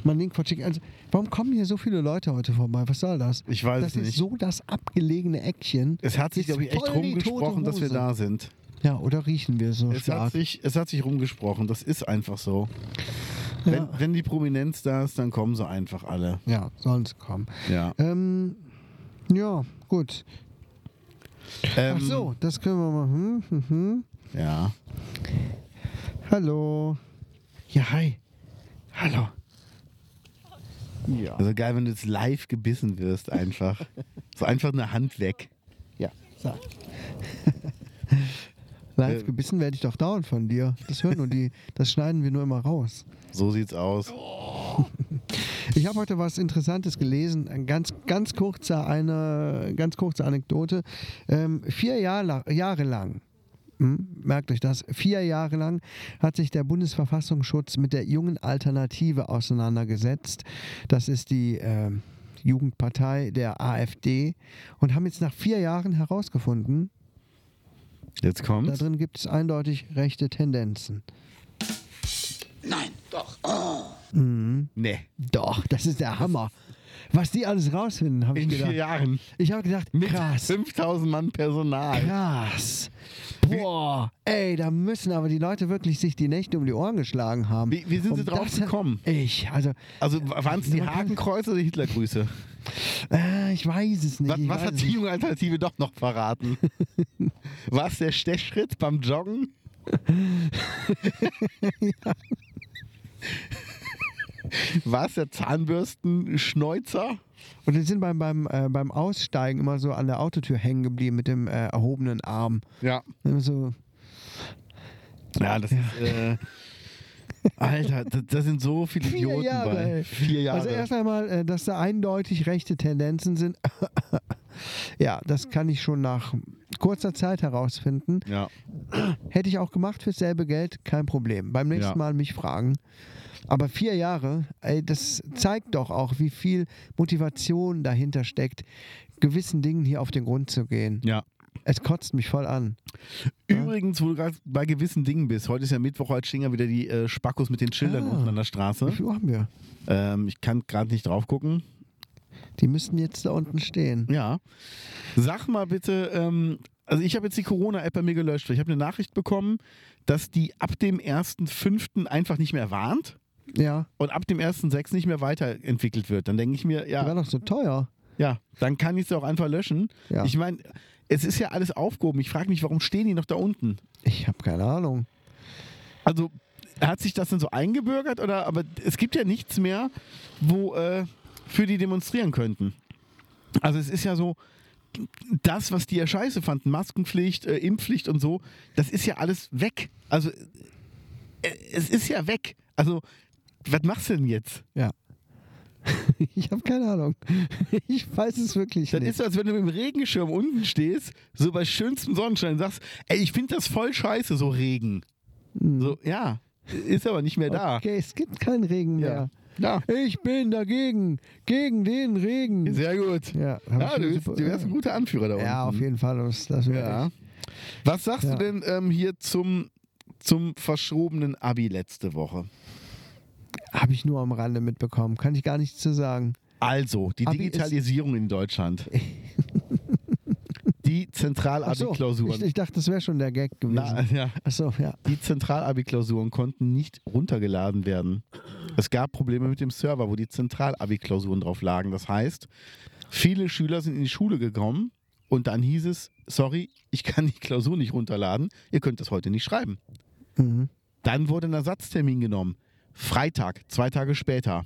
Speaker 1: mal einen Link verschicken. Also, warum kommen hier so viele Leute heute vorbei? Was soll das?
Speaker 2: Ich weiß
Speaker 1: das
Speaker 2: nicht.
Speaker 1: ist so das abgelegene Eckchen.
Speaker 2: Es hat sich,
Speaker 1: Ist
Speaker 2: glaube ich, echt
Speaker 1: voll die tote
Speaker 2: rumgesprochen, dass wir
Speaker 1: Hose.
Speaker 2: da sind.
Speaker 1: Ja, oder riechen wir so
Speaker 2: Es hat,
Speaker 1: stark?
Speaker 2: sich, es hat sich rumgesprochen, das ist einfach so.
Speaker 1: Ja.
Speaker 2: Wenn, wenn die Prominenz da ist, dann kommen sie einfach alle.
Speaker 1: Ja, sollen sie kommen.
Speaker 2: Ja.
Speaker 1: Ähm, ja, gut.
Speaker 2: Ähm,
Speaker 1: Ach so, das können wir mal. Hm, hm, hm.
Speaker 2: Ja.
Speaker 1: Hallo. Ja, hi. Hallo. Ja.
Speaker 2: Also geil, wenn du jetzt live gebissen wirst, einfach. so einfach eine Hand weg.
Speaker 1: Ja. So. Live
Speaker 2: Äh.
Speaker 1: gebissen werde ich doch dauernd von dir. Das hören nur die, das schneiden wir nur immer raus.
Speaker 2: So sieht's aus.
Speaker 1: Ich habe heute was Interessantes gelesen, ein ganz, ganz, kurze, eine ganz kurze Anekdote. Ähm, vier Jahr, la- Jahre lang, hm, merkt euch das, vier Jahre lang hat sich der Bundesverfassungsschutz mit der jungen Alternative auseinandergesetzt. Das ist die ähm, Jugendpartei der AfD und haben jetzt nach vier Jahren herausgefunden,
Speaker 2: Jetzt
Speaker 1: da
Speaker 2: kommt.
Speaker 1: drin gibt es eindeutig rechte Tendenzen.
Speaker 2: Nee.
Speaker 1: Doch, das ist der Hammer. Was die alles rausfinden, habe ich
Speaker 2: In vier
Speaker 1: gedacht.
Speaker 2: Jahren.
Speaker 1: Ich habe gedacht,
Speaker 2: Mit
Speaker 1: krass.
Speaker 2: 5000 Mann Personal.
Speaker 1: Krass. Boah, ey, da müssen aber die Leute wirklich sich die Nächte um die Ohren geschlagen haben.
Speaker 2: Wie- wie sind sie drauf
Speaker 1: das-
Speaker 2: gekommen?
Speaker 1: Ich, also,
Speaker 2: Also waren es die Hakenkreuze oder die Hitlergrüße?
Speaker 1: äh, ich weiß es nicht.
Speaker 2: Was,
Speaker 1: ich
Speaker 2: was
Speaker 1: weiß
Speaker 2: hat
Speaker 1: es
Speaker 2: die
Speaker 1: nicht.
Speaker 2: junge Alternative doch noch verraten? War es der Stechschritt beim Joggen? War es der Zahnbürsten-Schneuzer?
Speaker 1: Und die sind beim, beim, äh, beim Aussteigen immer so an der Autotür hängen geblieben mit dem äh, erhobenen Arm.
Speaker 2: Ja.
Speaker 1: Immer so,
Speaker 2: Ja, das ist. Äh, Alter, da, da sind so viele
Speaker 1: Vier
Speaker 2: Idioten
Speaker 1: Jahre,
Speaker 2: bei.
Speaker 1: ey.
Speaker 2: Vier Jahre.
Speaker 1: Also erst einmal, äh, dass da eindeutig rechte Tendenzen sind. ja, das kann ich schon nach kurzer Zeit herausfinden.
Speaker 2: ja.
Speaker 1: Hätte ich auch gemacht für selbe Geld, kein Problem. Beim nächsten
Speaker 2: Ja.
Speaker 1: Mal mich fragen. Aber vier Jahre, ey, das zeigt doch auch, wie viel Motivation dahinter steckt, gewissen Dingen hier auf den Grund zu gehen.
Speaker 2: ja.
Speaker 1: Es kotzt mich voll an.
Speaker 2: Übrigens, wo du gerade bei gewissen Dingen bist, heute ist ja Mittwoch, heute stehen ja wieder die äh, Spackos mit den Schildern
Speaker 1: Ah.
Speaker 2: unten an der
Speaker 1: Wie
Speaker 2: Straße.
Speaker 1: viel Uhr haben wir?
Speaker 2: Ähm, ich kann gerade nicht drauf gucken.
Speaker 1: Die müssten jetzt da unten stehen.
Speaker 2: Ja. Sag mal bitte, ähm, also ich habe jetzt die Corona-App bei mir gelöscht. weil Ich habe eine Nachricht bekommen, dass die ab dem 1.5. einfach nicht mehr warnt
Speaker 1: Ja,
Speaker 2: und ab dem 1.6. nicht mehr weiterentwickelt wird. Dann denke ich mir,
Speaker 1: die
Speaker 2: ja,
Speaker 1: war doch so teuer.
Speaker 2: ja, dann kann ich es auch einfach löschen.
Speaker 1: Ja.
Speaker 2: Ich meine, es ist ja alles aufgehoben. Ich frage mich, warum stehen die noch da unten?
Speaker 1: Ich habe keine Ahnung.
Speaker 2: Also hat sich das denn so eingebürgert oder aber es gibt ja nichts mehr, wo äh, für die demonstrieren könnten. Also es ist ja so das, was die ja scheiße fanden, Maskenpflicht, äh, Impfpflicht und so, das ist ja alles weg. Also äh, es ist ja weg. Also was machst du denn jetzt?
Speaker 1: Ja. Ich habe keine Ahnung. Ich weiß es wirklich
Speaker 2: Dann
Speaker 1: nicht.
Speaker 2: ist so, als wenn du mit dem Regenschirm unten stehst, so bei schönstem Sonnenschein sagst, ey, ich finde das voll scheiße, so Regen. So, ja, ist aber nicht mehr da.
Speaker 1: Hm. Okay, es gibt keinen Regen mehr.
Speaker 2: Ja.
Speaker 1: Ich bin dagegen. Gegen den Regen.
Speaker 2: Sehr gut.
Speaker 1: Ja, hab ich
Speaker 2: Ja,
Speaker 1: schon
Speaker 2: du, bist,
Speaker 1: super-
Speaker 2: du wärst ein guter Anführer da unten.
Speaker 1: Ja, auf jeden Fall. Das, das wär
Speaker 2: Ja.
Speaker 1: ich.
Speaker 2: Was sagst
Speaker 1: Ja.
Speaker 2: du denn ähm, hier zum, zum verschobenen Abi letzte Woche?
Speaker 1: Habe ich nur am Rande mitbekommen. Kann ich gar nichts zu sagen.
Speaker 2: Also, die
Speaker 1: Abi
Speaker 2: Digitalisierung in Deutschland. die
Speaker 1: Ach so, ich,
Speaker 2: Zentralabi-Klausuren.
Speaker 1: ich dachte, das wäre schon der Gag
Speaker 2: Na, also-
Speaker 1: gewesen.
Speaker 2: ja.
Speaker 1: Achso, ja.
Speaker 2: Die Zentralabi-Klausuren konnten nicht runtergeladen werden. Es gab Probleme mit dem Server, wo die Zentralabi-Klausuren drauf lagen. Das heißt, viele Schüler sind in die Schule gekommen und dann hieß es, sorry, ich kann die Klausur nicht runterladen, ihr könnt das heute nicht schreiben.
Speaker 1: Mhm.
Speaker 2: Dann wurde ein Ersatztermin genommen. Freitag, zwei Tage später.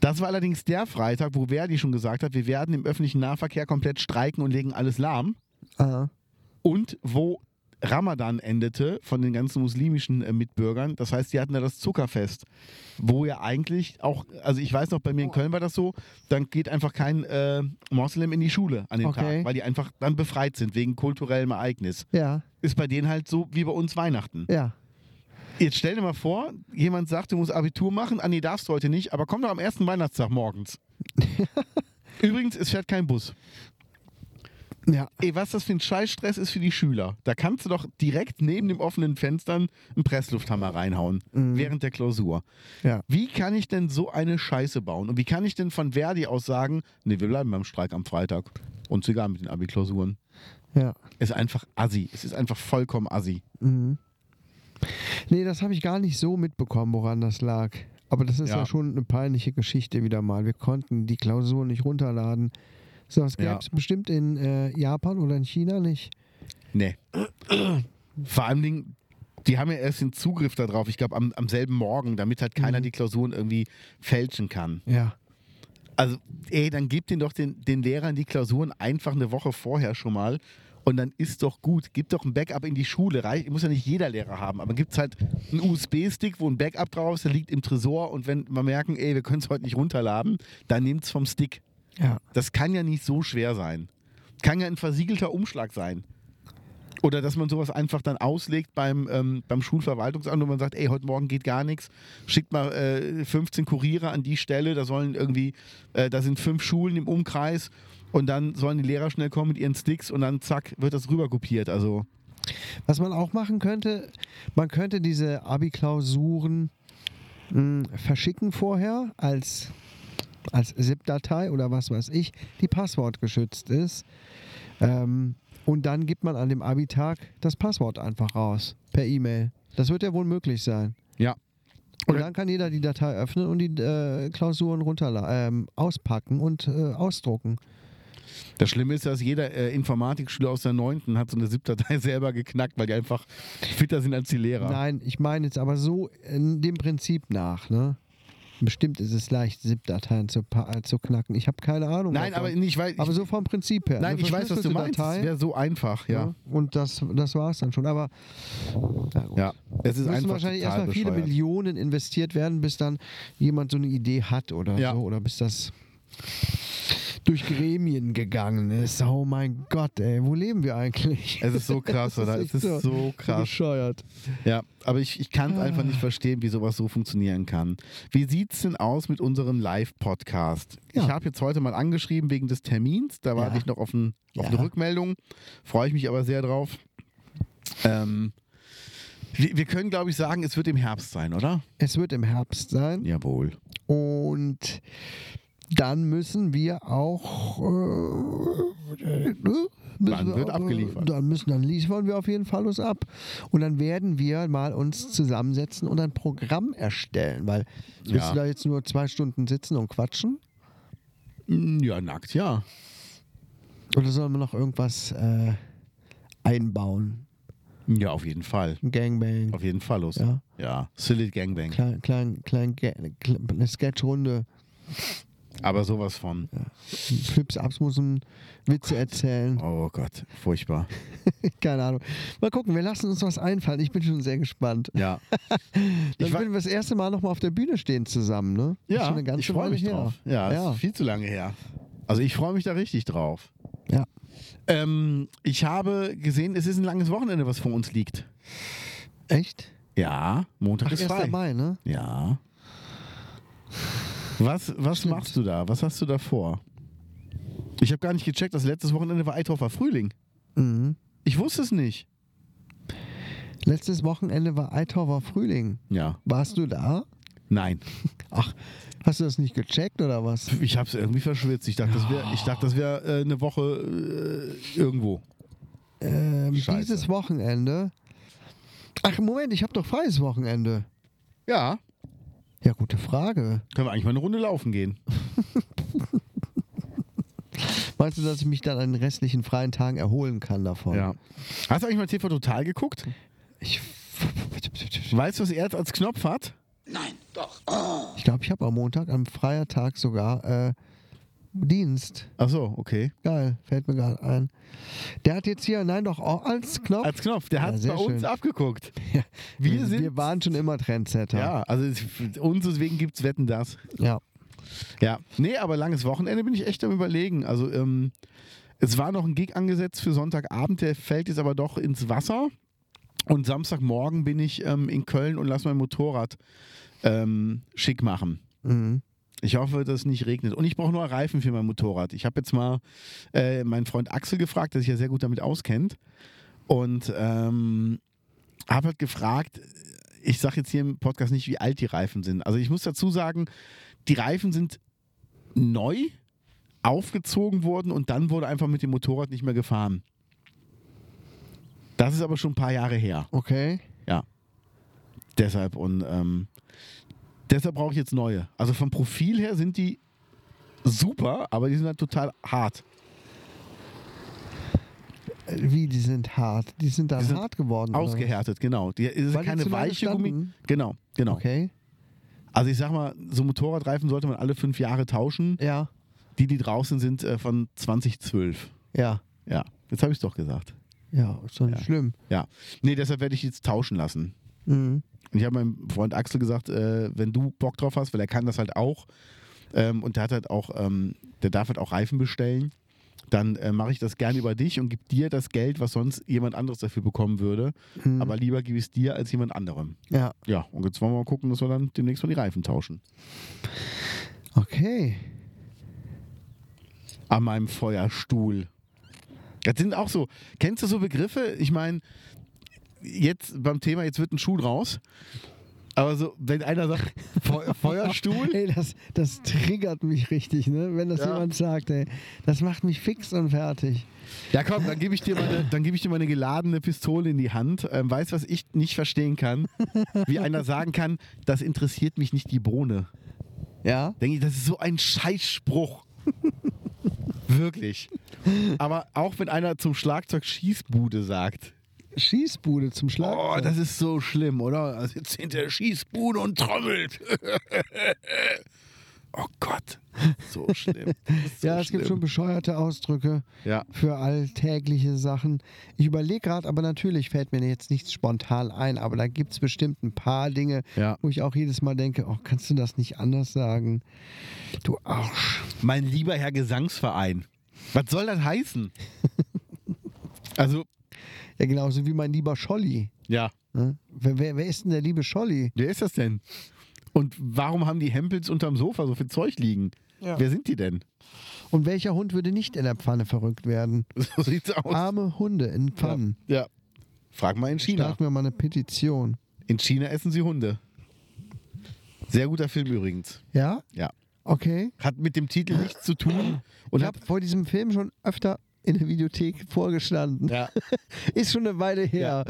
Speaker 2: Das war allerdings der Freitag, wo Verdi schon gesagt hat, wir werden im öffentlichen Nahverkehr komplett streiken und legen alles lahm.
Speaker 1: Ah,
Speaker 2: Und wo Ramadan endete von den ganzen muslimischen äh, Mitbürgern. Das heißt, die hatten da das Zuckerfest, wo ja eigentlich auch, also ich weiß noch, bei mir in Köln war das so, dann geht einfach kein äh, Moslem in die Schule an dem
Speaker 1: Okay.
Speaker 2: Tag, weil die einfach dann befreit sind wegen kulturellem Ereignis.
Speaker 1: ja,
Speaker 2: Ist bei denen halt so wie bei uns Weihnachten.
Speaker 1: ja.
Speaker 2: Jetzt stell dir mal vor, jemand sagt, du musst Abitur machen. Ah, nee, darfst du heute nicht, aber komm doch am ersten Weihnachtstag morgens. Übrigens, es fährt kein Bus.
Speaker 1: Ja,
Speaker 2: Ey, was das für ein Scheißstress ist für die Schüler. Da kannst du doch direkt neben dem offenen Fenstern einen Presslufthammer reinhauen, während der Klausur.
Speaker 1: ja.
Speaker 2: Wie kann ich denn so eine Scheiße bauen? Und wie kann ich denn von Verdi aus sagen, nee, wir bleiben beim Streik am Freitag. Und sogar mit den Abi-Klausuren.
Speaker 1: ja.
Speaker 2: Ist einfach assi. Es ist einfach vollkommen assi.
Speaker 1: Mhm. Nee, das habe ich gar nicht so mitbekommen, woran das lag. Aber das ist ja,
Speaker 2: Ja.
Speaker 1: schon eine peinliche Geschichte wieder mal. Wir konnten die Klausur nicht runterladen. So was
Speaker 2: Ja.
Speaker 1: gäbe es bestimmt in äh, Japan oder in China nicht.
Speaker 2: Nee. Vor allem Dingen, die haben ja erst den Zugriff darauf, ich glaube, am, am selben Morgen, damit halt keiner die Klausuren irgendwie fälschen kann.
Speaker 1: Ja.
Speaker 2: Also, ey, dann gib den doch den, den Lehrern die Klausuren einfach eine Woche vorher schon mal. Und dann ist doch gut. Gib doch ein Backup in die Schule. Reicht, muss ja nicht jeder Lehrer haben, aber gibt es halt einen USB-Stick, wo ein Backup drauf ist, der liegt im Tresor und wenn wir merken, ey, wir können es heute nicht runterladen, dann nimmt es vom Stick.
Speaker 5: Ja.
Speaker 2: Das kann ja nicht so schwer sein. Kann ja ein versiegelter Umschlag sein. Oder dass man sowas einfach dann auslegt beim, ähm, beim Schulverwaltungsamt und man sagt, ey, heute Morgen geht gar nichts, schickt mal äh, 15 Kuriere an die Stelle, da sollen irgendwie, äh, da sind fünf Schulen im Umkreis und dann sollen die Lehrer schnell kommen mit ihren Sticks und dann zack, wird das rüberkopiert. Also
Speaker 1: Was man auch machen könnte, man könnte diese Abi-Klausuren mh, verschicken vorher als, als ZIP-Datei oder was weiß ich, die passwortgeschützt ist. Ähm, und dann gibt man an dem Abi-Tag das Passwort einfach raus per E-Mail. Das wird ja wohl möglich sein.
Speaker 2: Ja.
Speaker 1: Und
Speaker 2: Oder-
Speaker 1: dann kann jeder die Datei öffnen und die äh, Klausuren runterla ähm, auspacken und äh, ausdrucken.
Speaker 2: das Schlimme ist, dass jeder äh, Informatikschüler aus der 9. hat so eine ZIP-Datei selber geknackt, weil die einfach fitter sind als die Lehrer.
Speaker 1: Nein, ich meine jetzt aber so in dem Prinzip nach, ne? Bestimmt ist es leicht, ZIP-Dateien zu, pa- äh, zu knacken. Ich habe keine Ahnung.
Speaker 2: Nein, aber
Speaker 1: davon.
Speaker 2: nicht, weil.
Speaker 1: aber so vom Prinzip her.
Speaker 2: nein,
Speaker 1: Eine
Speaker 2: ich weiß, was du
Speaker 1: verschlüsselte
Speaker 2: meinst.
Speaker 1: Datei,
Speaker 2: Das wäre so einfach, ja.
Speaker 1: ne? Und das, das war es dann schon. Aber na gut.
Speaker 2: Ja, es ist
Speaker 1: müssen
Speaker 2: einfach
Speaker 1: wahrscheinlich
Speaker 2: total
Speaker 1: erstmal viele
Speaker 2: bescheuert.
Speaker 1: Millionen investiert werden, bis dann jemand so eine Idee hat oder
Speaker 2: Ja.
Speaker 1: so. Oder bis das durch Gremien gegangen ist. Oh mein Gott, ey, wo leben wir eigentlich?
Speaker 2: Es ist so krass, oder?
Speaker 1: echt
Speaker 2: Es ist so Ah. krass.
Speaker 1: bescheuert.
Speaker 2: Ja, aber ich, ich kann es einfach nicht verstehen, wie sowas so funktionieren kann. Wie sieht es denn aus mit unserem Live-Podcast?
Speaker 1: Ja.
Speaker 2: Ich habe jetzt heute mal angeschrieben wegen des Termins. Da warte
Speaker 1: Ja.
Speaker 2: ich noch auf, ein, auf
Speaker 1: Ja.
Speaker 2: eine Rückmeldung. Freue ich mich aber sehr drauf. Ähm, wir, wir können, glaube ich, sagen, es wird im Herbst sein, oder?
Speaker 1: Es wird im Herbst sein.
Speaker 2: Jawohl.
Speaker 1: Und dann müssen wir auch. Äh, äh, ne? müssen
Speaker 2: Dann
Speaker 1: wir
Speaker 2: wird
Speaker 1: auch, äh,
Speaker 2: abgeliefert.
Speaker 1: Dann müssen, dann liefern wir auf jeden Fall uns ab. Und dann werden wir mal uns zusammensetzen und ein Programm erstellen, weil willst
Speaker 2: Ja.
Speaker 1: du da jetzt nur zwei Stunden sitzen und quatschen?
Speaker 2: Mm, Ja, nackt, ja.
Speaker 1: Oder sollen wir noch irgendwas äh, einbauen?
Speaker 2: Ja, auf jeden Fall.
Speaker 1: Ein Gangbang,
Speaker 2: Auf jeden Fall, los.
Speaker 1: Ja.
Speaker 2: ja. Silly Gangbang.
Speaker 1: klein, klein, klein, Ga- kle- eine Sketchrunde,
Speaker 2: Aber sowas von.
Speaker 1: Flips, Abs müssen Witze erzählen.
Speaker 2: Oh Gott, furchtbar.
Speaker 1: Keine Ahnung. Mal gucken, wir lassen uns was einfallen. Ich bin schon sehr gespannt.
Speaker 2: Ja.
Speaker 1: Dann
Speaker 2: Ich wa-
Speaker 1: würden wir das erste Mal nochmal auf der Bühne stehen zusammen, ne? Das ist
Speaker 2: Ja,
Speaker 1: schon eine ganze
Speaker 2: ich freue
Speaker 1: Weile
Speaker 2: mich
Speaker 1: her.
Speaker 2: drauf. Ja,
Speaker 1: Ja.
Speaker 2: Ist viel zu lange her. Also ich freue mich da richtig drauf.
Speaker 1: Ja.
Speaker 2: Ähm, ich habe gesehen, es ist ein langes Wochenende, was vor uns liegt.
Speaker 1: Echt?
Speaker 2: Ja, Montag
Speaker 1: Ach,
Speaker 2: ist
Speaker 1: 1.
Speaker 2: frei.
Speaker 1: Mai, ne?
Speaker 2: Ja. Was, was machst du da? Was hast du da vor? Ich habe gar nicht gecheckt, das letztes Wochenende war Eitorfer Frühling.
Speaker 1: Mhm.
Speaker 2: Ich wusste es nicht.
Speaker 1: Letztes Wochenende war Eitorfer Frühling.
Speaker 2: Ja,
Speaker 1: Warst du da?
Speaker 2: nein.
Speaker 1: Ach, hast du das nicht gecheckt oder was?
Speaker 2: Ich habe es irgendwie verschwitzt. Ich dachte, das wäre dachte, das wär, äh, eine Woche äh, irgendwo.
Speaker 1: Ähm,
Speaker 2: Scheiße.
Speaker 1: dieses Wochenende. Ach, Moment, ich habe doch freies Wochenende.
Speaker 2: Ja,
Speaker 1: Ja, gute Frage.
Speaker 2: können wir eigentlich mal eine Runde laufen gehen.
Speaker 1: Meinst du, dass ich mich dann an den restlichen freien Tagen erholen kann davon?
Speaker 2: Ja. Hast du eigentlich mal TV Total geguckt?
Speaker 1: Ich,
Speaker 2: Weißt du, was er jetzt als Knopf hat?
Speaker 1: Ich glaube, ich habe am Montag, am Freitag sogar äh, Dienst.
Speaker 2: Ach so, okay.
Speaker 1: Geil, fällt mir gerade ein. Der hat jetzt hier, nein, doch auch als Knopf.
Speaker 2: Als Knopf, der hat es
Speaker 1: sehr
Speaker 2: bei uns
Speaker 1: schön.
Speaker 2: abgeguckt.
Speaker 1: Ja.
Speaker 2: Wir sind-
Speaker 1: wir waren schon immer Trendsetter.
Speaker 2: Ja, also es- uns deswegen gibt es Wetten das.
Speaker 1: ja.
Speaker 2: Ja. Nee, aber langes Wochenende bin ich echt am überlegen. Also ähm, es war noch ein Gig angesetzt für Sonntagabend, der fällt jetzt aber doch ins Wasser. Und Samstagmorgen bin ich ähm, in Köln und lass mein Motorrad ähm, schick machen.
Speaker 1: Mhm.
Speaker 2: Ich hoffe, dass es nicht regnet. Und ich brauche nur Reifen für mein Motorrad. Ich habe jetzt mal äh, meinen Freund Axel gefragt, der sich ja sehr gut damit auskennt. Und ähm, habe halt gefragt, ich sage jetzt hier im Podcast nicht, wie alt die Reifen sind. Also ich muss dazu sagen, die Reifen sind neu aufgezogen worden und dann wurde einfach mit dem Motorrad nicht mehr gefahren. Das ist aber schon ein paar Jahre her.
Speaker 1: Okay.
Speaker 2: Deshalb und ähm, deshalb brauche ich jetzt neue. Also vom Profil her sind die super, aber die sind halt total hart.
Speaker 1: Äh, Wie, die sind hart. Die sind dann
Speaker 2: Die sind
Speaker 1: hart geworden. oder?
Speaker 2: Ausgehärtet, genau. Die es ist
Speaker 1: Weil die
Speaker 2: keine
Speaker 1: zu lange
Speaker 2: weiche Gummi.
Speaker 1: standen?
Speaker 2: Genau, genau.
Speaker 1: Okay.
Speaker 2: Also ich sag mal, so Motorradreifen sollte man alle fünf Jahre tauschen.
Speaker 1: Ja.
Speaker 2: Die, die draußen sind, äh, von 2012.
Speaker 1: Ja.
Speaker 2: Ja, jetzt habe ich es doch gesagt.
Speaker 1: Ja, ist doch nicht schlimm.
Speaker 2: Ja. Nee, deshalb werde ich jetzt tauschen lassen.
Speaker 1: Mhm.
Speaker 2: Und ich habe meinem Freund Axel gesagt, äh, wenn du Bock drauf hast, weil er kann das halt auch. Ähm, und der hat halt auch, ähm, der darf halt auch Reifen bestellen. Dann äh, mache ich das gerne über dich und gebe dir das Geld, was sonst jemand anderes dafür bekommen würde. Aber lieber gebe ich es dir als jemand anderem.
Speaker 1: Ja,
Speaker 2: Ja, und jetzt wollen wir mal gucken, dass wir dann demnächst mal die Reifen tauschen.
Speaker 1: okay.
Speaker 2: An meinem Feuerstuhl. Das sind auch so, kennst du so Begriffe? Ich meine, jetzt beim Thema, jetzt wird ein Schuh draus. Aber so, wenn einer sagt, Feu Feuerstuhl,
Speaker 1: Ey, das, das triggert mich richtig, ne? wenn das
Speaker 2: Ja.
Speaker 1: jemand sagt. Ey. Das macht mich fix und fertig.
Speaker 2: Ja, komm, dann gebe ich, dir mal eine- dann geb ich dir mal eine geladene Pistole in die Hand. Ähm, weißt was ich nicht verstehen kann? Wie einer sagen kann, das interessiert mich nicht die Bohne.
Speaker 1: Ja?
Speaker 2: Denke ich, das ist so ein Scheißspruch. Wirklich. Aber auch wenn einer zum Schlagzeug Schießbude sagt.
Speaker 1: Schießbude zum Schlag.
Speaker 2: Oh, das ist so schlimm, oder? Er sitzt hinter der Schießbude und trommelt. oh Gott. So schlimm. Das ist so
Speaker 1: ja, es gibt schon
Speaker 2: schlimm.
Speaker 1: bescheuerte Ausdrücke
Speaker 2: Ja.
Speaker 1: für alltägliche Sachen. Ich überlege gerade, aber natürlich fällt mir jetzt nichts spontan ein, aber da gibt es bestimmt ein paar Dinge,
Speaker 2: Ja.
Speaker 1: wo ich auch jedes Mal denke, oh, kannst du das nicht anders sagen? Du Arsch.
Speaker 2: Mein lieber Herr Gesangsverein. Was soll das heißen? also,
Speaker 1: Ja, genauso wie mein lieber Scholli.
Speaker 2: ja.
Speaker 1: Ne? Wer, wer, wer ist denn der liebe Scholli?
Speaker 2: Wer ist das denn? Und warum haben die Hempels unterm Sofa so viel Zeug liegen? Wer sind die denn?
Speaker 1: Und welcher Hund würde nicht in der Pfanne verrückt werden?
Speaker 2: So sieht's aus.
Speaker 1: Arme Hunde in Pfannen.
Speaker 2: Ja. Frag mal in China.
Speaker 1: Starten wir mal eine Petition.
Speaker 2: In China essen sie Hunde. Sehr guter Film übrigens.
Speaker 1: Ja?
Speaker 2: Ja.
Speaker 1: Okay.
Speaker 2: Hat mit dem Titel nichts zu tun. Und
Speaker 1: Ich habe vor diesem Film schon öfter in der Videothek vorgestanden.
Speaker 2: ja,
Speaker 1: Ist schon eine Weile her.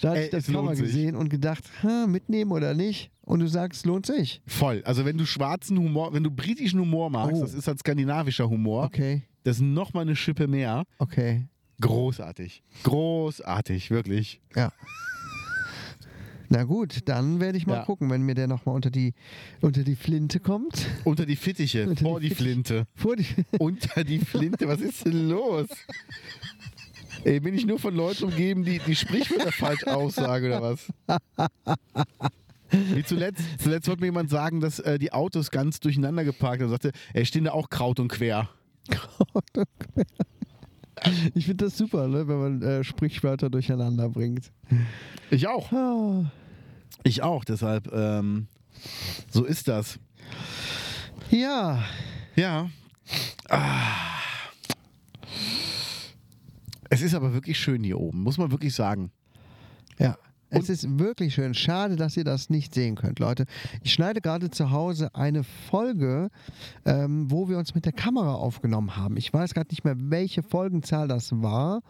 Speaker 1: Da hatte
Speaker 2: Ey,
Speaker 1: ich das
Speaker 2: es lohnt
Speaker 1: Cover
Speaker 2: sich.
Speaker 1: gesehen und gedacht, ha, mitnehmen oder nicht? Und du sagst, lohnt sich.
Speaker 2: voll. Also wenn du schwarzen Humor, wenn du britischen Humor magst,
Speaker 1: Oh.
Speaker 2: das ist halt skandinavischer Humor,
Speaker 1: Okay,
Speaker 2: das ist nochmal eine Schippe mehr.
Speaker 1: okay.
Speaker 2: Großartig. Großartig, wirklich.
Speaker 1: Ja. Na gut, dann werde ich mal
Speaker 2: Ja.
Speaker 1: gucken, wenn mir der nochmal unter die, unter die Flinte kommt.
Speaker 2: Unter die Fittiche,
Speaker 1: Unter die
Speaker 2: vor die,
Speaker 1: Fittiche.
Speaker 2: Flinte.
Speaker 1: Vor die,
Speaker 2: Unter die Flinte, was ist denn los? Ey, bin ich nur von Leuten umgeben, die die Sprichwörter falsch aussagen oder was? Wie zuletzt, zuletzt wollte mir jemand sagen, dass äh, die Autos ganz durcheinander geparkt haben und sagte, ey, stehen da auch Kraut und Quer.
Speaker 1: ich finde das super, ne, wenn man äh, Sprichwörter durcheinander bringt.
Speaker 2: Ich auch.
Speaker 1: Ah.
Speaker 2: Ich auch, deshalb, ähm, so ist das.
Speaker 1: Ja,
Speaker 2: Ja. Ah. Es ist aber wirklich schön hier oben, muss man wirklich sagen.
Speaker 1: Ja. Es ist wirklich schön. Schade, dass ihr das nicht sehen könnt, Leute. Ich schneide gerade zu Hause eine Folge, ähm, wo wir uns mit der Kamera aufgenommen haben. Ich weiß gerade nicht mehr, welche Folgenzahl das war.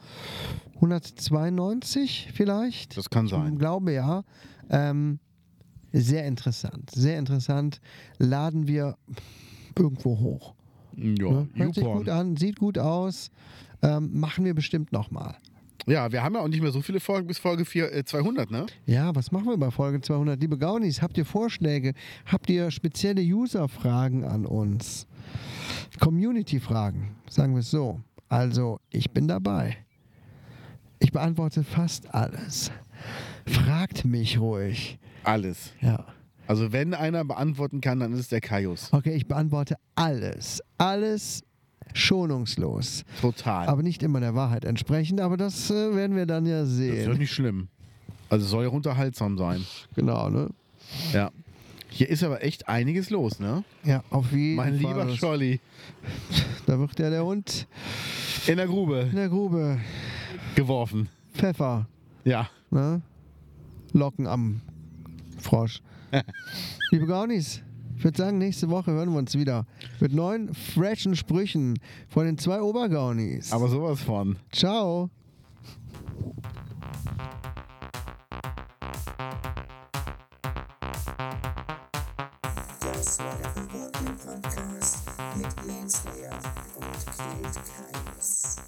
Speaker 1: 192 vielleicht?
Speaker 2: Das kann
Speaker 1: Ich
Speaker 2: sein.
Speaker 1: glaube ja. Ähm, sehr interessant. Sehr interessant. Laden wir irgendwo hoch.
Speaker 2: Ja,
Speaker 1: Ne? Hört sich gut an, sieht gut aus. Ähm, machen wir bestimmt nochmal.
Speaker 2: ja, wir haben ja auch nicht mehr so viele Folgen bis Folge 4, äh, 200, ne?
Speaker 1: Ja, was machen wir bei Folge 200? Liebe Gaunis, habt ihr Vorschläge? Habt ihr spezielle User-Fragen an uns? Community-Fragen, sagen wir es so. Also, ich bin dabei. Ich beantworte fast alles. Fragt mich ruhig.
Speaker 2: Alles.
Speaker 1: Ja.
Speaker 2: Also wenn einer beantworten kann, dann ist es der Kaius.
Speaker 1: Okay, ich beantworte alles. Alles schonungslos.
Speaker 2: Total.
Speaker 1: Aber nicht immer der Wahrheit entsprechend, aber das äh, werden wir dann ja
Speaker 2: das ist doch
Speaker 1: sehen.
Speaker 2: nicht schlimm. Also es soll ja unterhaltsam sein.
Speaker 1: Genau, ne?
Speaker 2: Ja. Hier ist aber echt einiges los, ne?
Speaker 1: Ja, auf jeden
Speaker 2: Mein
Speaker 1: Fall.
Speaker 2: lieber Scholli.
Speaker 1: Da wird ja der Hund
Speaker 2: In der
Speaker 1: in
Speaker 2: Grube
Speaker 1: der Grube
Speaker 2: geworfen.
Speaker 1: Pfeffer,
Speaker 2: Ja.
Speaker 1: ne? Locken am Frosch. Liebe Gaunis, ich würde sagen, nächste Woche hören wir uns wieder mit neuen freshen Sprüchen von den zwei Obergaunis.
Speaker 2: Aber sowas von.
Speaker 1: ciao.
Speaker 3: Das war der Reporting Podcast mit Lance Lehr und Knut Kaius.